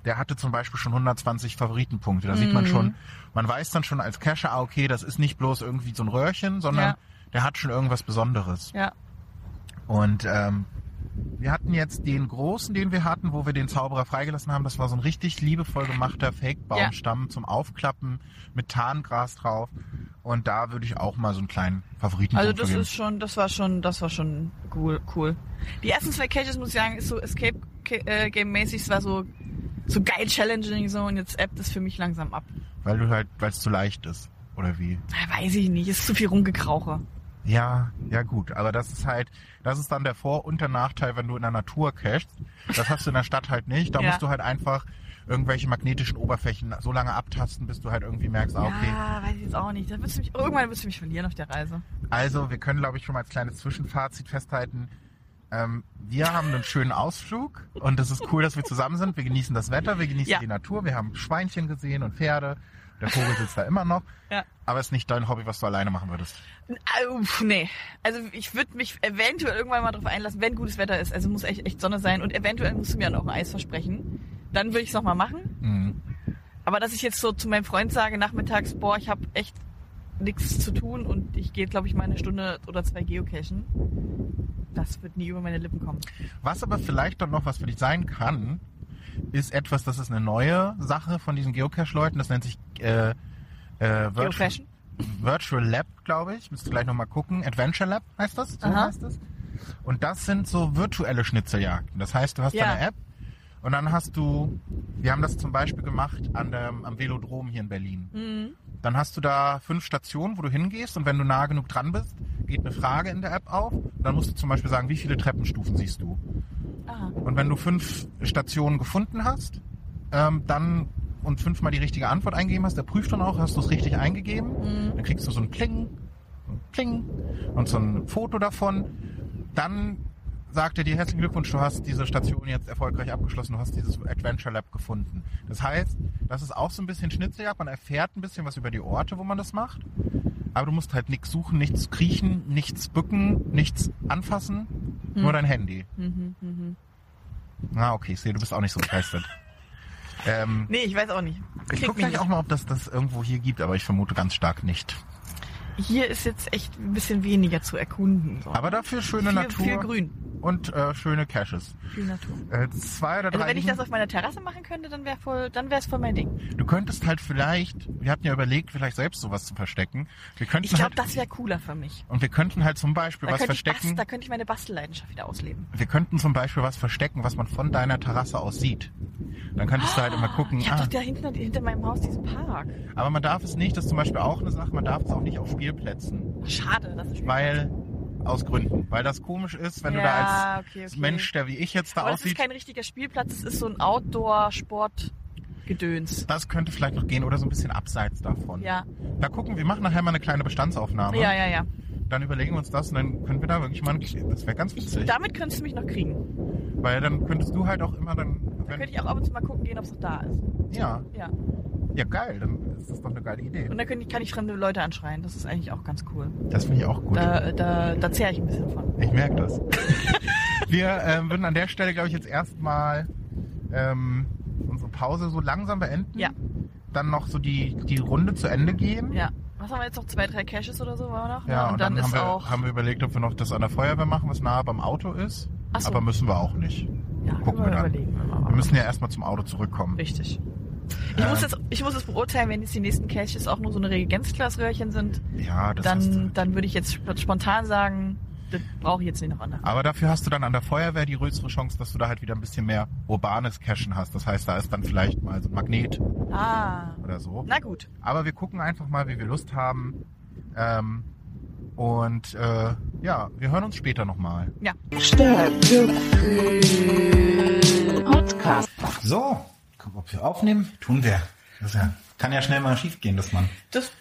S1: der hatte zum Beispiel schon 120 Favoritenpunkte. Da sieht man
S2: Mhm.
S1: schon, man weiß dann schon als Cache, ah, okay, das ist nicht bloß irgendwie so ein Röhrchen, sondern
S2: Ja.
S1: der hat schon irgendwas Besonderes.
S2: Ja.
S1: Und ähm, Wir hatten jetzt den großen, den wir hatten, wo wir den Zauberer freigelassen haben. Das war so ein richtig liebevoll gemachter Fake-Baumstamm zum Aufklappen mit Tarngras drauf. Und da würde ich auch mal so einen kleinen Favoriten
S2: Also das ist schon, das war schon, das war schon cool. cool. Die ersten zwei Cages muss ich sagen, ist so Escape äh, Game mäßig, es war so so geil challenging so und jetzt ebbt es für mich langsam ab.
S1: Weil du halt, weil es zu leicht ist. Oder wie?
S2: Na, Weiß ich nicht, ist zu viel rumgekrauche.
S1: Ja, ja gut. Aber das ist halt, das ist dann der Vor- und der Nachteil, wenn du in der Natur cachst. Das hast du in der Stadt halt nicht. Da
S2: Ja.
S1: musst du halt einfach irgendwelche magnetischen Oberflächen so lange abtasten, bis du halt irgendwie merkst, ah, okay,
S2: Ja, weiß ich jetzt auch nicht. Da würdest du mich, irgendwann würdest du mich verlieren auf der Reise.
S1: Also, wir können, glaube ich, schon mal als kleines Zwischenfazit festhalten. Ähm, wir haben einen schönen Ausflug und es ist cool, dass wir zusammen sind. Wir genießen das Wetter, wir genießen
S2: Ja.
S1: die Natur, wir haben Schweinchen gesehen und Pferde. Der Vogel sitzt da immer noch.
S2: Ja.
S1: Aber es ist nicht dein Hobby, was du alleine machen würdest.
S2: Ah, Uff, nee. Also ich würde mich eventuell irgendwann mal drauf einlassen, wenn gutes Wetter ist. Also muss echt, echt Sonne sein und eventuell musst du mir dann auch ein Eis versprechen. Dann würde ich es nochmal machen.
S1: Mhm.
S2: Aber dass ich jetzt so zu meinem Freund sage nachmittags, boah, ich habe echt nichts zu tun und ich gehe, glaube ich, mal eine Stunde oder zwei geocachen. Das wird nie über meine Lippen kommen.
S1: Was aber vielleicht dann noch was für dich sein kann, ist etwas, das ist eine neue Sache von diesen Geocache-Leuten. Das nennt sich äh, äh, Virtual,
S2: Geocachen?
S1: Virtual Lab, glaube ich. Müsst du gleich nochmal gucken. Adventure Lab heißt das. So
S2: Aha.
S1: heißt das. Und das sind so virtuelle Schnitzeljagden. Das heißt, du hast
S2: Ja.
S1: deine App und dann hast du, wir haben das zum Beispiel gemacht an dem, am Velodrom hier in Berlin.
S2: Mhm.
S1: Dann hast du da fünf Stationen, wo du hingehst und wenn du nah genug dran bist, geht eine Frage in der App auf. Und dann musst du zum Beispiel sagen, wie viele Treppenstufen siehst du?
S2: Ah.
S1: Und wenn du fünf Stationen gefunden hast, ähm, dann und fünfmal die richtige Antwort eingegeben hast, der prüft dann auch, hast du es richtig eingegeben.
S2: Mhm.
S1: Dann kriegst du so ein Pling, ein Pling und so ein Foto davon. Dann sagt er dir herzlichen Glückwunsch, du hast diese Station jetzt erfolgreich abgeschlossen, du hast dieses Adventure Lab gefunden. Das heißt, das ist auch so ein bisschen Schnitzeljagd, man erfährt ein bisschen was über die Orte, wo man das macht. Aber du musst halt nichts suchen, nichts kriechen, nichts bücken, nichts anfassen, nur dein Handy.
S2: Mhm, mhm.
S1: Na, okay, ich sehe, du bist auch nicht so begeistert. ähm,
S2: Nee, ich weiß auch nicht.
S1: ich
S2: Kriegt
S1: gucke
S2: mich
S1: gleich auch
S2: nicht.
S1: mal, ob das das irgendwo hier gibt, aber ich vermute ganz stark nicht.
S2: Hier ist jetzt echt ein bisschen weniger zu erkunden. So.
S1: Aber dafür schöne
S2: viel,
S1: Natur
S2: viel Grün,
S1: und äh, schöne Caches.
S2: viel Natur.
S1: Äh, zwei oder drei.
S2: Also wenn ich
S1: liegen-
S2: das auf meiner Terrasse machen könnte, dann wäre voll, dann wäre es voll mein Ding.
S1: du könntest halt vielleicht, wir hatten ja überlegt, vielleicht selbst sowas zu verstecken. Wir könnten
S2: Ich glaube,
S1: halt,
S2: das wäre cooler für mich.
S1: und wir könnten halt zum Beispiel
S2: Da
S1: was
S2: könnte, ich
S1: verstecken.
S2: Bast, da könnte ich meine Bastelleidenschaft wieder ausleben.
S1: wir könnten zum Beispiel was verstecken, was man von deiner Terrasse aus sieht. Dann könntest du halt immer gucken.
S2: Ich habe
S1: Ah,
S2: doch da hinten hinter meinem Haus diesen Park.
S1: aber man darf es nicht, das ist zum Beispiel auch eine Sache, man darf es auch nicht auf Spielplätzen.
S2: Schade, das ist
S1: Weil, aus Gründen. Weil das komisch ist, wenn
S2: ja,
S1: du da als
S2: okay, okay.
S1: Mensch, der wie ich jetzt da
S2: Aber das ist
S1: aussieht,
S2: kein richtiger Spielplatz, es ist so ein Outdoor-Sport-Gedöns.
S1: das könnte vielleicht noch gehen oder so ein bisschen abseits davon.
S2: Ja.
S1: Da gucken, wir machen nachher mal eine kleine Bestandsaufnahme.
S2: ja, ja, ja.
S1: Dann überlegen wir uns das und dann können wir da wirklich mal, ein, das wäre ganz
S2: Ich,
S1: witzig,
S2: damit könntest du mich noch kriegen.
S1: weil dann könntest du halt auch immer dann,
S2: Da
S1: wenn,
S2: könnte ich auch ab und zu mal gucken gehen, ob es noch da ist.
S1: ja,
S2: Ja.
S1: ja geil, dann ist das doch eine geile Idee.
S2: Und da können, kann ich fremde Leute anschreien. Das ist eigentlich auch ganz cool.
S1: Das finde ich auch gut.
S2: Da, da, da zehre ich ein bisschen von.
S1: Ich merke das. wir ähm, würden an der Stelle, glaube ich, jetzt erstmal ähm, unsere Pause so langsam beenden.
S2: Ja.
S1: Dann noch so die, die Runde zu Ende gehen.
S2: Ja. Was haben wir jetzt noch? Zwei, drei Caches oder so war noch? ne?
S1: Ja,
S2: und, dann,
S1: haben,
S2: ist
S1: wir,
S2: auch.
S1: haben wir überlegt, ob wir noch das an der Feuerwehr machen, was nahe beim Auto ist.
S2: Ach so.
S1: Aber müssen wir auch nicht.
S2: ja,
S1: gucken
S2: können
S1: wir dann.
S2: überlegen. wenn
S1: Wir
S2: mal-
S1: müssen ja erstmal zum Auto zurückkommen.
S2: Richtig. Ich, muss jetzt, ich muss jetzt beurteilen, wenn jetzt die nächsten Caches auch nur so eine Reagenzglasröhrchen sind,
S1: Ähm, Ja, das hast du.
S2: dann, dann würde ich jetzt sp- spontan sagen, das brauche ich jetzt nicht noch an.
S1: Aber dafür hast du dann an der Feuerwehr die größere Chance, dass du da halt wieder ein bisschen mehr urbanes Cashen hast. Das heißt, da ist dann vielleicht mal so ein Magnet
S2: Ah.
S1: oder so.
S2: Na gut.
S1: Aber wir gucken einfach mal, wie wir Lust haben. Ähm, und äh, ja, wir hören uns später nochmal.
S3: Podcast.
S1: So, ob wir aufnehmen, tun wir. Das ja, kann ja schnell mal schief gehen, dass man
S2: Das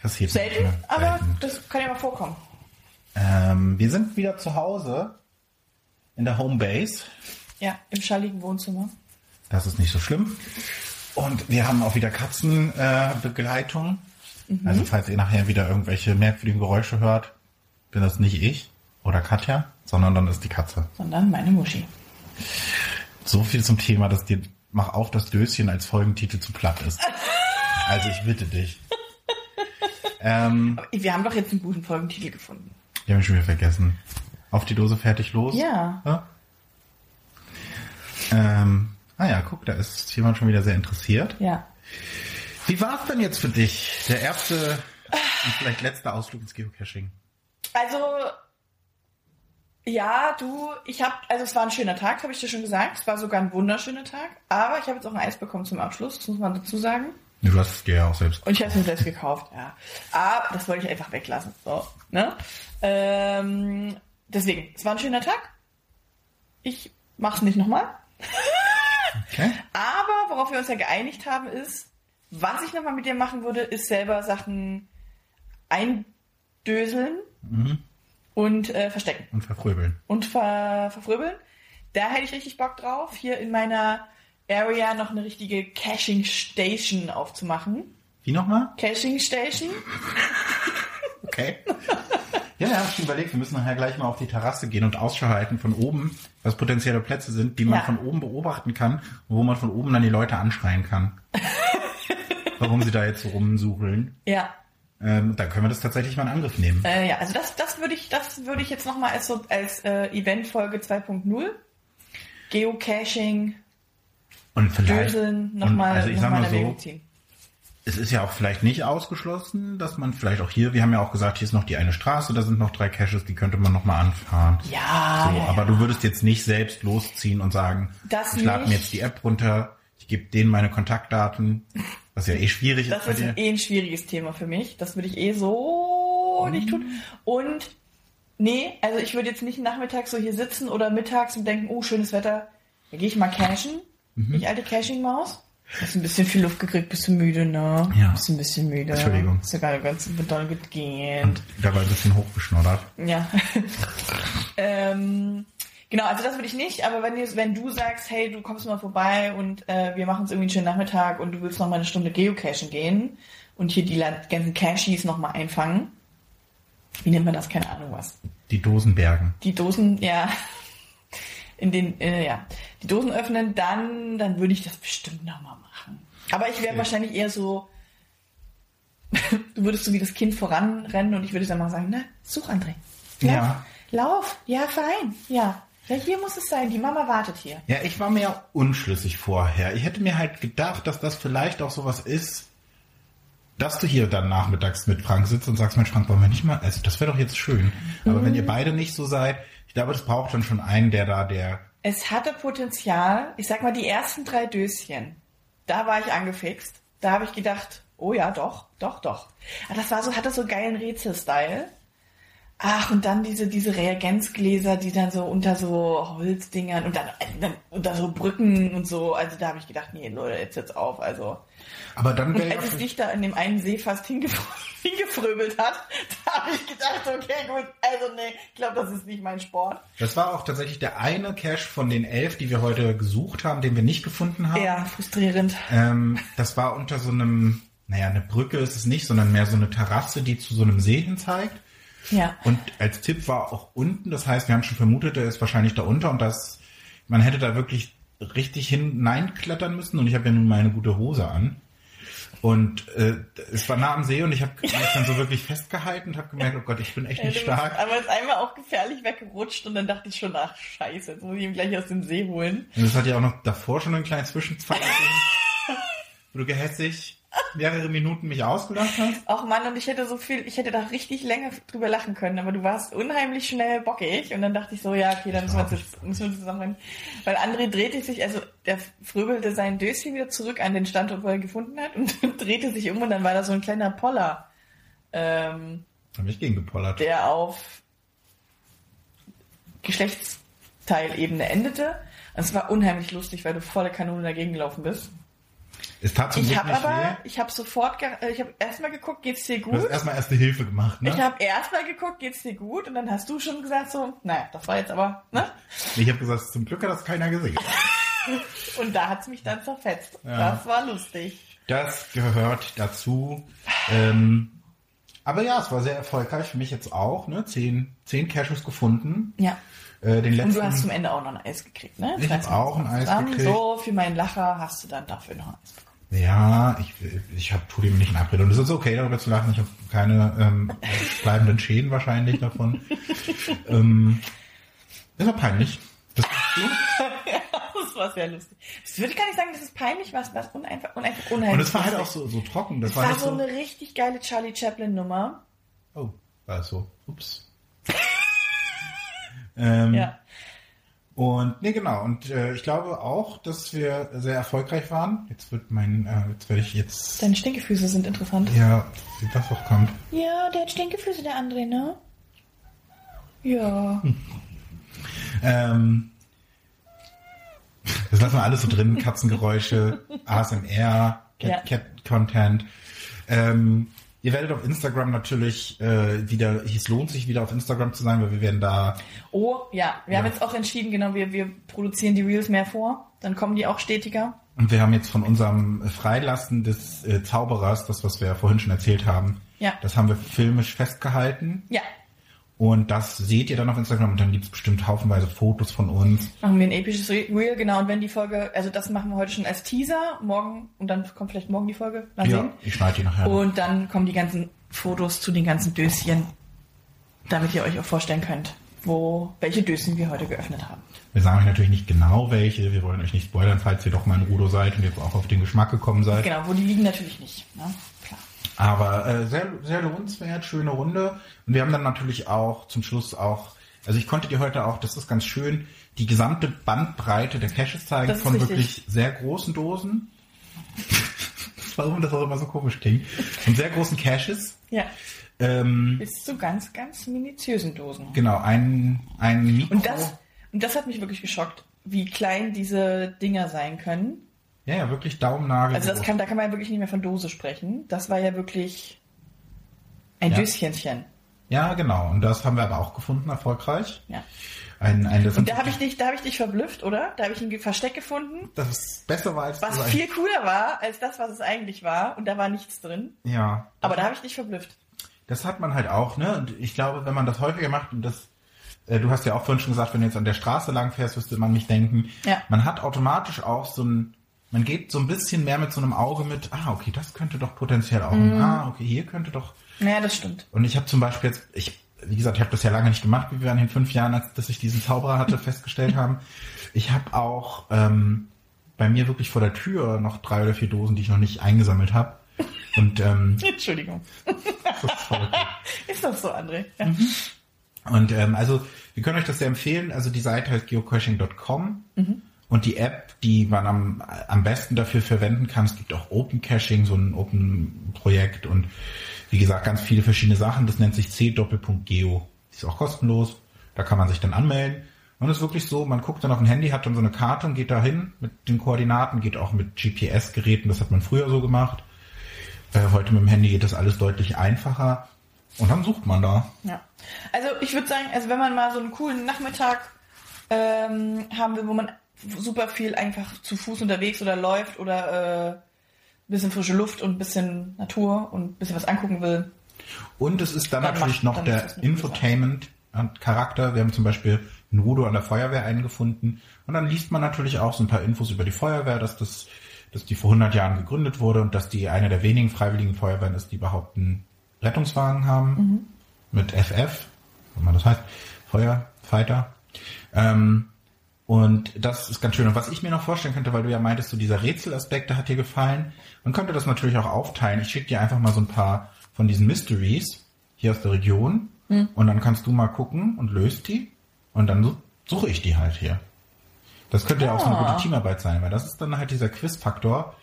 S1: das hier
S2: das kann ja mal vorkommen.
S1: Ähm, wir sind wieder zu Hause in der Homebase.
S2: Ja, im schalligen Wohnzimmer.
S1: Das ist nicht so schlimm. Und wir haben auch wieder Katzenbegleitung. Äh, Begleitung. Also falls ihr nachher wieder irgendwelche merkwürdigen Geräusche hört, bin das nicht ich oder Katja, sondern dann ist die Katze.
S2: Sondern meine Muschi.
S1: So viel zum Thema, dass dir mach auf das Döschen als Folgentitel zu platt ist. Also ich bitte dich. ähm,
S2: Wir haben doch jetzt einen guten Folgentitel gefunden.
S1: die haben wir schon wieder vergessen. Auf die Dose fertig los.
S2: Ja.
S1: Ja? Ähm, ah ja, guck, da ist jemand schon wieder sehr interessiert.
S2: Ja.
S1: Wie war es denn jetzt für dich? Der erste und vielleicht letzte Ausflug ins Geocaching.
S2: Also, ja, du, ich habe, also es war ein schöner Tag, habe ich dir schon gesagt. Es war sogar ein wunderschöner Tag. Aber ich habe jetzt auch ein Eis bekommen zum Abschluss, das muss man dazu sagen.
S1: Du hast es dir ja auch selbst.
S2: Und ich habe es mir selbst gekauft, ja. Aber das wollte ich einfach weglassen. So, ne? Ähm, deswegen, es war ein schöner Tag. Ich mache es nicht nochmal.
S1: Okay.
S2: Aber worauf wir uns ja geeinigt haben, ist, was ich nochmal mit dir machen würde, ist selber Sachen eindöseln
S1: Mhm.
S2: und äh, verstecken
S1: Und verfröbeln.
S2: und ver verfröbeln. Da hätte ich richtig Bock drauf, hier in meiner Area noch eine richtige Caching Station aufzumachen.
S1: Wie nochmal?
S2: Caching Station?
S1: Okay. Ja, ja, hab ich überlegt, wir müssen nachher gleich mal auf die Terrasse gehen und Ausschau halten von oben, was potenzielle Plätze sind, die man
S2: Ja.
S1: von oben beobachten kann und wo man von oben dann die Leute anschreien kann. Warum sie da jetzt so rumsucheln.
S2: Ja.
S1: Ähm, dann können wir das tatsächlich mal in Angriff nehmen.
S2: Äh, ja, also das, das würde ich, das würde ich jetzt nochmal als, so, als äh, Eventfolge 2.0. Geocaching,
S1: Und vielleicht,
S2: Döseln,
S1: und
S2: nochmal
S1: also ich
S2: noch
S1: sag
S2: mal in
S1: mal
S2: Erwägung
S1: so,
S2: ziehen.
S1: es ist ja auch vielleicht nicht ausgeschlossen, dass man vielleicht auch hier, wir haben ja auch gesagt, hier ist noch die eine Straße, da sind noch drei Caches, die könnte man nochmal anfahren.
S2: Ja,
S1: So,
S2: Ah, ja,
S1: aber
S2: ja.
S1: du würdest jetzt nicht selbst losziehen und sagen,
S2: Das
S1: ich lade mir
S2: nicht.
S1: jetzt die App runter, ich gebe denen meine Kontaktdaten, was ja eh schwierig
S2: Das
S1: ist
S2: ist
S1: bei dir.
S2: eh ein schwieriges Thema für mich. Das würde ich eh so nicht tun. Und nee, also ich würde jetzt nicht nachmittags so hier sitzen oder mittags und denken, oh, schönes Wetter, da gehe ich mal cashen.
S1: Mhm.
S2: Ich alte Caching-Maus. Hast ein bisschen viel Luft gekriegt, bist du müde, ne?
S1: Ja.
S2: Bist du ein bisschen müde.
S1: Entschuldigung.
S2: Ist ja gerade ganz bedeutend gut gehend.
S1: Dabei ein bisschen hochgeschnoddert.
S2: Ja. ähm, genau, also das würde ich nicht, aber wenn, ihr, wenn du sagst, hey, du kommst mal vorbei und äh, wir machen uns irgendwie einen schönen Nachmittag und du willst noch mal eine Stunde Geocachen gehen und hier die la- ganzen Cachies noch mal einfangen. Wie nennt man das? Keine Ahnung was.
S1: Die Dosenbergen.
S2: Die Dosen, ja, in den, äh, ja, die Dosen öffnen, dann, dann würde ich das bestimmt noch mal machen. Aber ich wäre
S1: Okay.
S2: wahrscheinlich eher so, du würdest so wie das Kind voranrennen und ich würde dann mal sagen, na, such André. Lauf,
S1: Ja.
S2: Lauf, ja, fein, ja. Ja, hier muss es sein, die Mama wartet hier.
S1: Ja, ich war mir unschlüssig vorher. Ich hätte mir halt gedacht, dass das vielleicht auch sowas ist, dass du hier dann nachmittags mit Frank sitzt und sagst, Mensch, Frank, wollen wir nicht mal, also das wäre doch jetzt schön. Aber wenn ihr beide nicht so seid, ich glaube, das braucht dann schon einen, der da, der,
S2: Es hatte Potenzial, ich sag mal, die ersten drei Döschen, da war ich angefixt. Da habe ich gedacht, oh ja, doch, doch, doch. Aber das war so, hatte so einen geilen Rätsel-Style. Ach, und dann diese, diese Reagenzgläser, die dann so unter so Holzdingern und dann, dann unter so Brücken und so. Also da habe ich gedacht, nee, Leute, jetzt jetzt auf. Also.
S1: aber dann
S2: Und
S1: wäre ja,
S2: als es
S1: für-
S2: dich da in dem einen See fast hingefr- hingefröbelt hat, da habe ich gedacht, okay, gut, also nee, ich glaube, das ist nicht mein Sport.
S1: das war auch tatsächlich der eine Cache von den elf, die wir heute gesucht haben, den wir nicht gefunden haben.
S2: Ja, frustrierend.
S1: Ähm, das war unter so einem, naja, eine Brücke ist es nicht, sondern mehr so eine Terrasse, die zu so einem See hin zeigt.
S2: Ja.
S1: Und als Tipp war auch unten, das heißt, wir haben schon vermutet, er ist wahrscheinlich da unter und das, man hätte da wirklich richtig hineinklettern müssen und ich habe ja nun meine gute Hose an. Und äh, es war nah am See und ich habe mich dann so wirklich festgehalten und habe gemerkt, oh Gott, ich bin echt
S2: Ja,
S1: nicht
S2: Äh, du
S1: stark.
S2: Bist, aber ist einmal auch gefährlich weggerutscht und dann dachte ich schon, ach scheiße, jetzt muss ich ihn gleich aus dem See holen.
S1: Und es hat ja auch noch davor schon einen kleinen Zwischenfall gegeben, wo du gehässig mehrere Minuten mich ausgelacht hast.
S2: Auch Mann, und ich hätte so viel, ich hätte da richtig länger drüber lachen können, aber du warst unheimlich schnell bockig und dann dachte ich so, ja, okay, dann müssen wir,
S1: war
S2: uns jetzt, müssen wir uns zusammen. Weil André drehte sich, also der fröbelte sein Döschen wieder zurück an den Standort, wo er gefunden hat und drehte sich um und dann war da so ein kleiner Poller, ähm,
S1: Da bin ich gegen gepollert.
S2: der auf Geschlechtsteilebene endete. Und es war unheimlich lustig, weil du volle Kanone dagegen gelaufen bist.
S1: Es tat zum
S2: Ich
S1: Glück
S2: habe
S1: nicht weh.
S2: aber, ich habe sofort, ge- äh, ich habe erstmal geguckt, geht's dir
S1: Du hast
S2: gut?
S1: erstmal erste Hilfe gemacht, ne?
S2: Ich habe erstmal geguckt, geht's dir gut? Und dann hast du schon gesagt so, naja, das war jetzt aber, ne?
S1: Ich habe gesagt, zum Glück hat das keiner gesehen.
S2: Und da hat's mich dann zerfetzt.
S1: Ja.
S2: Das war lustig.
S1: Das gehört dazu. Ähm, aber ja, es war sehr erfolgreich für mich jetzt auch. Ne? Zehn, zehn Cashews gefunden.
S2: Ja.
S1: Äh, den
S2: Und
S1: letzten.
S2: du hast zum Ende auch noch ein Eis gekriegt, ne?
S1: Ich hab auch ein Eis
S2: dann
S1: gekriegt.
S2: So, für meinen Lacher hast du dann dafür noch ein Eis bekommen.
S1: ja, ich, ich hab, tu dem nicht in Abrede. Und es ist okay, darüber zu lachen. Ich habe keine ähm, bleibenden Schäden wahrscheinlich davon. ähm, das war peinlich. Das machst du.
S2: Das war sehr lustig. Das würde ich gar nicht sagen, das ist peinlich, was das uneinfach, uneinfach unheimlich.
S1: Und es war halt auch
S2: lustig.
S1: so, so trocken. Das
S2: Es
S1: war,
S2: war
S1: nicht
S2: so
S1: so.
S2: eine richtig geile Charlie Chaplin Nummer.
S1: Oh, war so. Ups. ähm,
S2: Ja.
S1: Und nee, genau. Und äh, ich glaube auch, dass wir sehr erfolgreich waren. Jetzt wird mein, äh, jetzt werde ich jetzt.
S2: Deine Stinkefüße sind interessant.
S1: Ja, wie das auch kommt.
S2: Ja, der hat Stinkefüße, der André, ne? Ja.
S1: Ähm, das lassen wir alles so drin. Katzengeräusche, ASMR,
S2: Ja.
S1: Cat, Cat Content. Ähm, ihr werdet auf Instagram natürlich äh, wieder, es lohnt sich wieder auf Instagram zu sein, weil wir werden da
S2: Oh, ja. Wir
S1: Ja.
S2: haben jetzt auch entschieden, genau, wir, wir produzieren die Reels mehr vor. Dann kommen die auch stetiger.
S1: Und wir haben jetzt von unserem Freilassen des äh, Zauberers, das, was wir ja vorhin schon erzählt haben,
S2: Ja.
S1: das haben wir filmisch festgehalten.
S2: Ja.
S1: Und das seht ihr dann auf Instagram und dann gibt's bestimmt haufenweise Fotos von uns.
S2: Machen wir ein episches Re- Reel, genau. Und wenn die Folge, also das machen wir heute schon als Teaser, morgen, und dann kommt vielleicht morgen die Folge. Mal
S1: ja,
S2: sehen.
S1: ich schneide die nachher.
S2: Ah, Und dann kommen die ganzen Fotos zu den ganzen Döschen, damit ihr euch auch vorstellen könnt, wo, welche Dösen wir heute geöffnet haben.
S1: wir sagen euch natürlich nicht genau welche, wir wollen euch nicht spoilern, falls ihr doch mal in Rudo seid und jetzt auch auf den Geschmack gekommen seid.
S2: Genau, wo die liegen natürlich nicht. Ne? Klar.
S1: Aber äh, sehr, sehr lohnenswert, schöne Runde. Und wir haben dann natürlich auch zum Schluss auch, also ich konnte dir heute auch, das ist ganz schön, die gesamte Bandbreite der Caches zeigen
S2: Das ist
S1: von
S2: richtig.
S1: wirklich sehr großen Dosen. Warum das auch immer so komisch klingt. Von sehr großen Caches.
S2: Ja,
S1: Ähm,
S2: bis zu ganz, ganz minutiösen Dosen.
S1: genau, ein, ein Mikro.
S2: Und das, und das hat mich wirklich geschockt, wie klein diese Dinger sein können.
S1: ja, ja, wirklich Daumennagel.
S2: Also das
S1: groß.
S2: kann, da kann man ja wirklich nicht mehr von Dose sprechen. Das war ja wirklich ein
S1: Ja.
S2: Döschenchen.
S1: ja, genau. Und das haben wir aber auch gefunden, erfolgreich.
S2: Ja.
S1: Ein, ein, das
S2: Und da habe ich dich, da habe ich dich verblüfft, oder? Da habe ich ein Ge- Versteck gefunden,
S1: dass es besser war als
S2: was
S1: du
S2: viel cooler war als das, was es eigentlich war. Und da war nichts drin.
S1: Ja.
S2: Aber da habe ich dich verblüfft.
S1: Das hat man halt auch, ne? Und ich glaube, wenn man das häufiger macht, und das, äh, du hast ja auch vorhin schon gesagt, wenn du jetzt an der Straße lang fährst, müsste man nicht denken.
S2: Ja.
S1: Man hat automatisch auch so ein, man geht so ein bisschen mehr mit so einem Auge mit, ah, okay, das könnte doch potenziell auch,
S2: Mhm.
S1: ah, okay, hier könnte doch.
S2: Naja, das stimmt.
S1: Und ich habe zum Beispiel jetzt, ich, wie gesagt, ich habe das ja lange nicht gemacht, wie wir an den fünf Jahren, als dass ich diesen Zauberer hatte, festgestellt haben. Ich habe auch ähm, bei mir wirklich vor der Tür noch drei oder vier Dosen, die ich noch nicht eingesammelt habe. Und ähm,
S2: Entschuldigung.
S1: das ist voll gut.
S2: Ist doch so, André. Ja.
S1: Und ähm, also wir können euch das sehr empfehlen. Also die Seite heißt geocaching.com und die App, die man am, am besten dafür verwenden kann, es gibt auch Open Caching, so ein Open Projekt und wie gesagt ganz viele verschiedene Sachen. Das nennt sich c.geo. Die ist auch kostenlos. Da kann man sich dann anmelden. Und es ist wirklich so, man guckt dann auf ein Handy, hat dann so eine Karte und geht dahin mit den Koordinaten, geht auch mit GPS-Geräten, das hat man früher so gemacht. Äh, heute mit dem Handy geht das alles deutlich einfacher. Und dann sucht man da.
S2: Ja. Also ich würde sagen, also wenn man mal so einen coolen Nachmittag ähm, haben will, wo man super viel einfach zu Fuß unterwegs oder läuft oder äh, ein bisschen frische Luft und ein bisschen Natur und ein bisschen was angucken will.
S1: Und es ist dann,
S2: Dann
S1: natürlich
S2: macht-
S1: noch
S2: dann ist
S1: der
S2: das eine gute
S1: Infotainment-Charakter. Wir haben zum Beispiel einen Rudo an der Feuerwehr eingefunden. Und dann liest man natürlich auch so ein paar Infos über die Feuerwehr, dass das, dass die vor 100 Jahren gegründet wurde und dass die eine der wenigen freiwilligen Feuerwehren ist, die überhaupt einen Rettungswagen haben.
S2: Mhm.
S1: Mit FF, wenn man das heißt. Feuerfighter. Ähm, und das ist ganz schön. Und was ich mir noch vorstellen könnte, weil du ja meintest, so dieser Rätselaspekt, der hat dir gefallen. Man könnte das natürlich auch aufteilen. Ich schicke dir einfach mal so ein paar von diesen Mysteries hier aus der Region. Und dann kannst du mal gucken und löst die. Und dann su- suche ich die halt hier. Das könnte ja auch so eine
S2: Ah.
S1: gute Teamarbeit sein, weil das ist dann halt dieser Quizfaktor.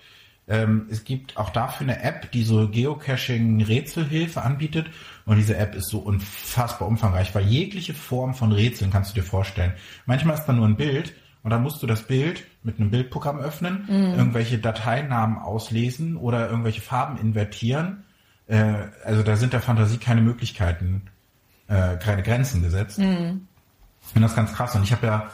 S1: Ähm, es gibt auch dafür eine App, die so Geocaching-Rätselhilfe anbietet. Und diese App ist so unfassbar umfangreich, weil jegliche Form von Rätseln kannst du dir vorstellen. Manchmal ist da nur ein Bild und dann musst du das Bild mit einem Bildprogramm öffnen, irgendwelche Dateinamen auslesen oder irgendwelche Farben invertieren. Äh, also da sind der Fantasie keine Möglichkeiten, äh, keine Grenzen gesetzt. Ich finde das ganz krass. Und ich habe ja,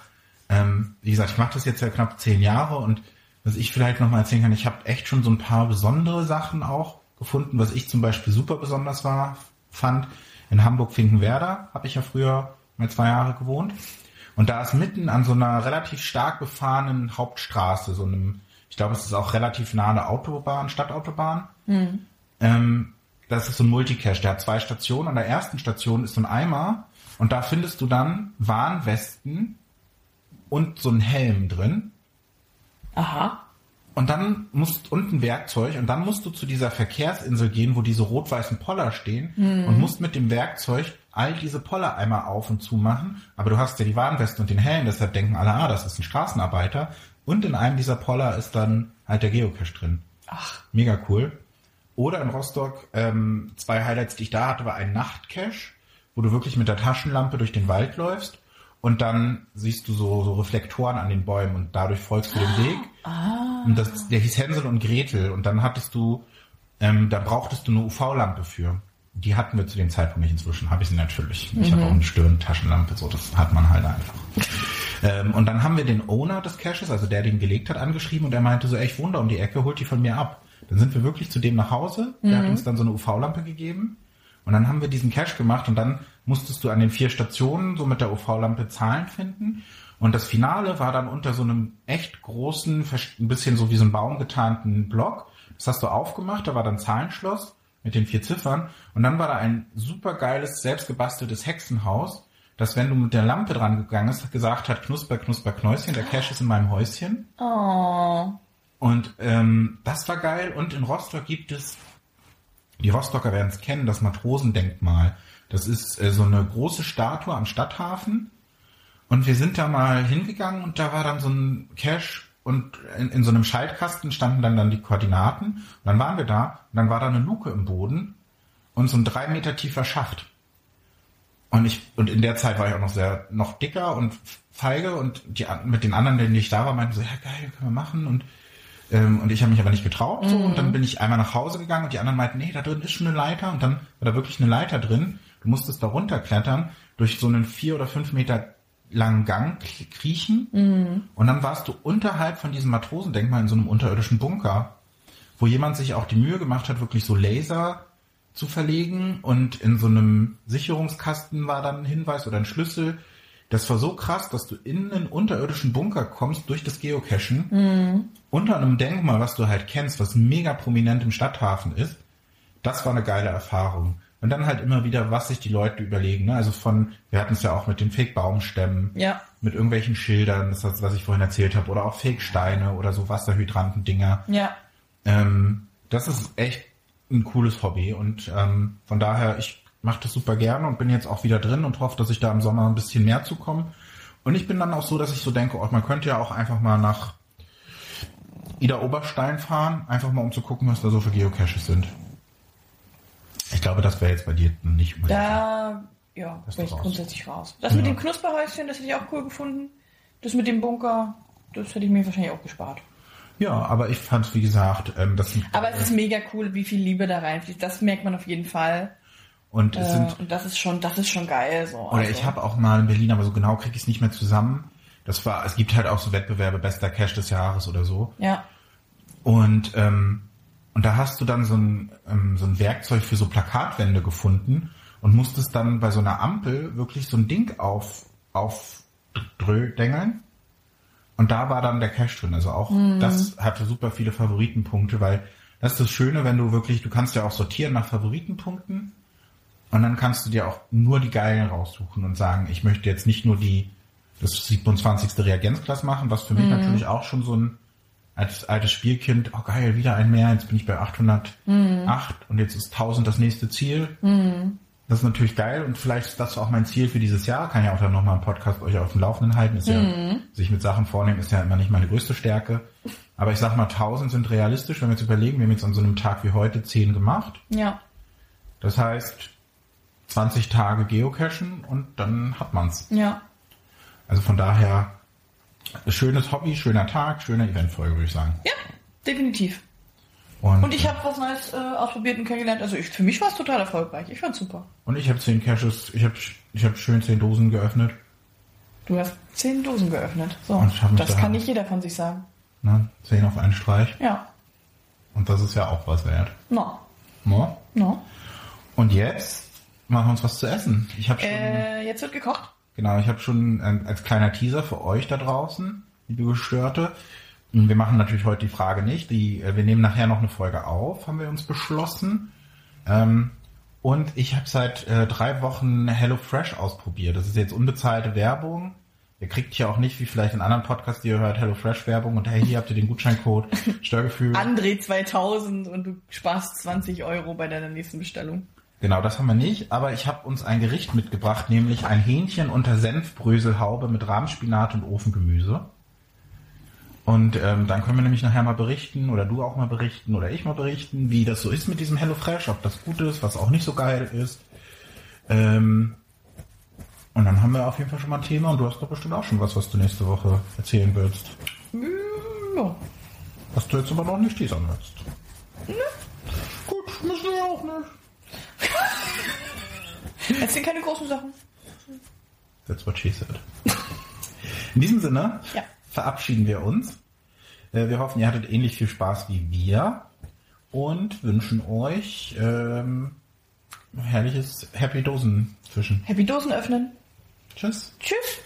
S1: ähm, wie gesagt, ich mache das jetzt ja knapp zehn Jahre und was ich vielleicht nochmal erzählen kann, ich habe echt schon so ein paar besondere Sachen auch gefunden, was ich zum Beispiel super besonders war, fand. In Hamburg-Finkenwerder habe ich ja früher mal zwei Jahre gewohnt. Und da ist mitten an so einer relativ stark befahrenen Hauptstraße, so einem, ich glaube, es ist auch relativ nah an der Autobahn, Stadtautobahn, ähm, das ist so ein Multicache. Der hat zwei Stationen. An der ersten Station ist so ein Eimer und da findest du dann Warnwesten und so einen Helm drin.
S2: Aha.
S1: Und dann musst und ein Werkzeug und dann musst du zu dieser Verkehrsinsel gehen, wo diese rot-weißen Poller stehen und musst mit dem Werkzeug all diese Poller einmal auf und zu machen. Aber du hast ja die Warnwesten und den Helm, deshalb denken alle, ah, das ist ein Straßenarbeiter. Und in einem dieser Poller ist dann halt der Geocache drin. Ach. Mega cool. Oder in Rostock ähm, zwei Highlights, die ich da hatte, war ein Nachtcache, wo du wirklich mit der Taschenlampe durch den Wald läufst und dann siehst du so, so Reflektoren an den Bäumen und dadurch folgst du dem Weg. Und das, der hieß Hänsel und Gretel und dann hattest du, ähm, da brauchtest du eine UV-Lampe für. Die hatten wir zu dem Zeitpunkt nicht. Inzwischen habe ich sie natürlich. Ich habe auch eine Stirn-Taschenlampe, so das hat man halt einfach. ähm, und dann haben wir den Owner des Caches, also der den gelegt hat, angeschrieben und er meinte so, ey, ich wohne da um die Ecke, holt die von mir ab. Dann sind wir wirklich zu dem nach Hause. Der hat uns dann so eine UV-Lampe gegeben. Und dann haben wir diesen Cache gemacht und dann musstest du an den vier Stationen so mit der UV-Lampe Zahlen finden. Und das Finale war dann unter so einem echt großen, vers- ein bisschen so wie so ein Baum getarnten Block. Das hast du aufgemacht, da war dann Zahlenschloss mit den vier Ziffern. Und dann war da ein supergeiles, selbstgebasteltes Hexenhaus, das, wenn du mit der Lampe dran gegangen ist, gesagt hat, knusper, knusper, Knäuschen, der Cache ist in meinem Häuschen.
S2: Oh.
S1: Und ähm, das war geil. Und in Rostock gibt es, die Rostocker werden es kennen, das Matrosendenkmal. Das ist äh, so eine große Statue am Stadthafen. Und wir sind da mal hingegangen und da war dann so ein Cash und in, in so einem Schaltkasten standen dann, dann die Koordinaten. Und dann waren wir da und dann war da eine Luke im Boden und so ein drei Meter tiefer Schacht. Und ich, und in der Zeit war ich auch noch sehr, noch dicker und feige und die, an- mit den anderen, denen ich da war, meinten so, ja geil, können wir machen und, ähm, und ich habe mich aber nicht getraut so und dann bin ich einmal nach Hause gegangen und die anderen meinten, nee, da drin ist schon eine Leiter und dann war da wirklich eine Leiter drin. Du musstest da runterklettern, durch so einen vier oder fünf Meter langen Gang k- kriechen und dann warst du unterhalb von diesem Matrosendenkmal in so einem unterirdischen Bunker, wo jemand sich auch die Mühe gemacht hat, wirklich so Laser zu verlegen und in so einem Sicherungskasten war dann ein Hinweis oder ein Schlüssel. Das war so krass, dass du in einen unterirdischen Bunker kommst durch das Geocachen, unter einem Denkmal, was du halt kennst, was mega prominent im Stadthafen ist. Das war eine geile Erfahrung. Und dann halt immer wieder, was sich die Leute überlegen. Ne? Also von, wir hatten es ja auch mit den Fake-Baumstämmen,
S2: Ja.
S1: mit irgendwelchen Schildern, das ist das, was ich vorhin erzählt habe, oder auch Fake-Steine oder so Wasserhydranten-Dinger.
S2: Ja.
S1: Ähm, das ist echt ein cooles Hobby und ähm, von daher, ich mache das super gerne und bin jetzt auch wieder drin und hoffe, dass ich da im Sommer ein bisschen mehr zukomme. Und ich bin dann auch so, dass ich so denke, oh, man könnte ja auch einfach mal nach Ida Oberstein fahren, einfach mal um zu gucken, was da so für Geocaches sind. Ich glaube, das wäre jetzt bei dir nicht unbedingt.
S2: Da, ja,
S1: Das
S2: bin ich
S1: ist raus.
S2: grundsätzlich raus. Das mit
S1: Ja.
S2: dem Knusperhäuschen, das hätte ich auch cool gefunden. Das mit dem Bunker, das hätte ich mir wahrscheinlich auch gespart.
S1: Ja, aber ich fand es, wie gesagt, ähm, das sind
S2: Aber es ist mega cool, wie viel Liebe da reinfließt. Das merkt man auf jeden Fall.
S1: und es
S2: Äh,
S1: sind
S2: und das ist schon, das ist schon geil. So.
S1: Oder
S2: Also,
S1: ich habe auch mal in Berlin, aber so genau kriege ich es nicht mehr zusammen. Das war, es gibt halt auch so Wettbewerbe, bester Cash des Jahres oder so.
S2: Ja.
S1: Und, ähm, und da hast du dann so ein, ähm, so ein Werkzeug für so Plakatwände gefunden und musstest dann bei so einer Ampel wirklich so ein Ding auf, auf drödengeln. Und da war dann der Cash drin. Also auch das hatte super viele Favoritenpunkte, weil das ist das Schöne, wenn du wirklich, du kannst ja auch sortieren nach Favoritenpunkten. Und dann kannst du dir auch nur die geilen raussuchen und sagen, ich möchte jetzt nicht nur die, das 27. Reagenzglas machen, was für mich natürlich auch schon so ein als altes Spielkind, oh geil, wieder ein mehr, jetzt bin ich bei 808 und jetzt ist 1000 das nächste Ziel. Das ist natürlich geil und vielleicht ist das auch mein Ziel für dieses Jahr. Kann ja auch dann nochmal im Podcast euch auf dem Laufenden halten. Ist ja, sich mit Sachen vornehmen ist ja immer nicht meine größte Stärke. Aber ich sag mal, 1000 sind realistisch, wenn wir jetzt überlegen, wir haben jetzt an so einem Tag wie heute 10 gemacht.
S2: Ja.
S1: Das heißt, 20 Tage geocachen und dann hat man's.
S2: Ja.
S1: Also von daher, schönes Hobby, schöner Tag, schöne Eventfolge, würde ich sagen.
S2: Ja, definitiv. Und ich habe was Neues äh, ausprobiert und kennengelernt. Also ich, für mich war es total erfolgreich. Ich fand's super.
S1: Und ich habe 10 Caches, ich habe ich hab schön 10 Dosen geöffnet.
S2: Du hast zehn Dosen geöffnet. So,
S1: Und ich hab mich
S2: das
S1: da-
S2: kann nicht jeder von sich sagen.
S1: Ne? 10 auf einen Streich.
S2: Ja.
S1: Und das ist ja auch was wert.
S2: No.
S1: Ne?
S2: No.
S1: Und jetzt machen wir uns was zu essen. Ich habe schon,
S2: Äh, jetzt wird gekocht.
S1: genau, ich habe schon ähm, als kleiner Teaser für euch da draußen, liebe Gestörte. Wir machen natürlich heute die Frage nicht. Die, äh, wir nehmen nachher noch eine Folge auf, haben wir uns beschlossen. Ähm, und ich habe seit äh, drei Wochen HelloFresh ausprobiert. Das ist jetzt unbezahlte Werbung. Ihr kriegt hier auch nicht, wie vielleicht in anderen Podcasts, die ihr hört, HelloFresh-Werbung und hey, hier habt ihr den Gutscheincode Störgefühl.
S2: André 2000 und du sparst 20 Euro bei deiner nächsten Bestellung.
S1: Genau, das haben wir nicht, aber ich habe uns ein Gericht mitgebracht, nämlich ein Hähnchen unter Senfbröselhaube mit Rahmspinat und Ofengemüse. Und ähm, dann können wir nämlich nachher mal berichten oder du auch mal berichten oder ich mal berichten, wie das so ist mit diesem HelloFresh, ob das gut ist, was auch nicht so geil ist. Ähm, und dann haben wir auf jeden Fall schon mal ein Thema und du hast doch bestimmt auch schon was, was du nächste Woche erzählen willst.
S2: Ja.
S1: Was du jetzt aber noch nicht teasern willst. Gut, müssen wir auch nicht.
S2: Es sind keine großen Sachen.
S1: That's what she said. In diesem Sinne
S2: Ja.
S1: verabschieden wir uns. Äh, Wir hoffen, ihr hattet ähnlich viel Spaß wie wir und wünschen euch ähm, ein herrliches Happy Dosen Fischen.
S2: Happy Dosen öffnen.
S1: Tschüss.
S2: Tschüss.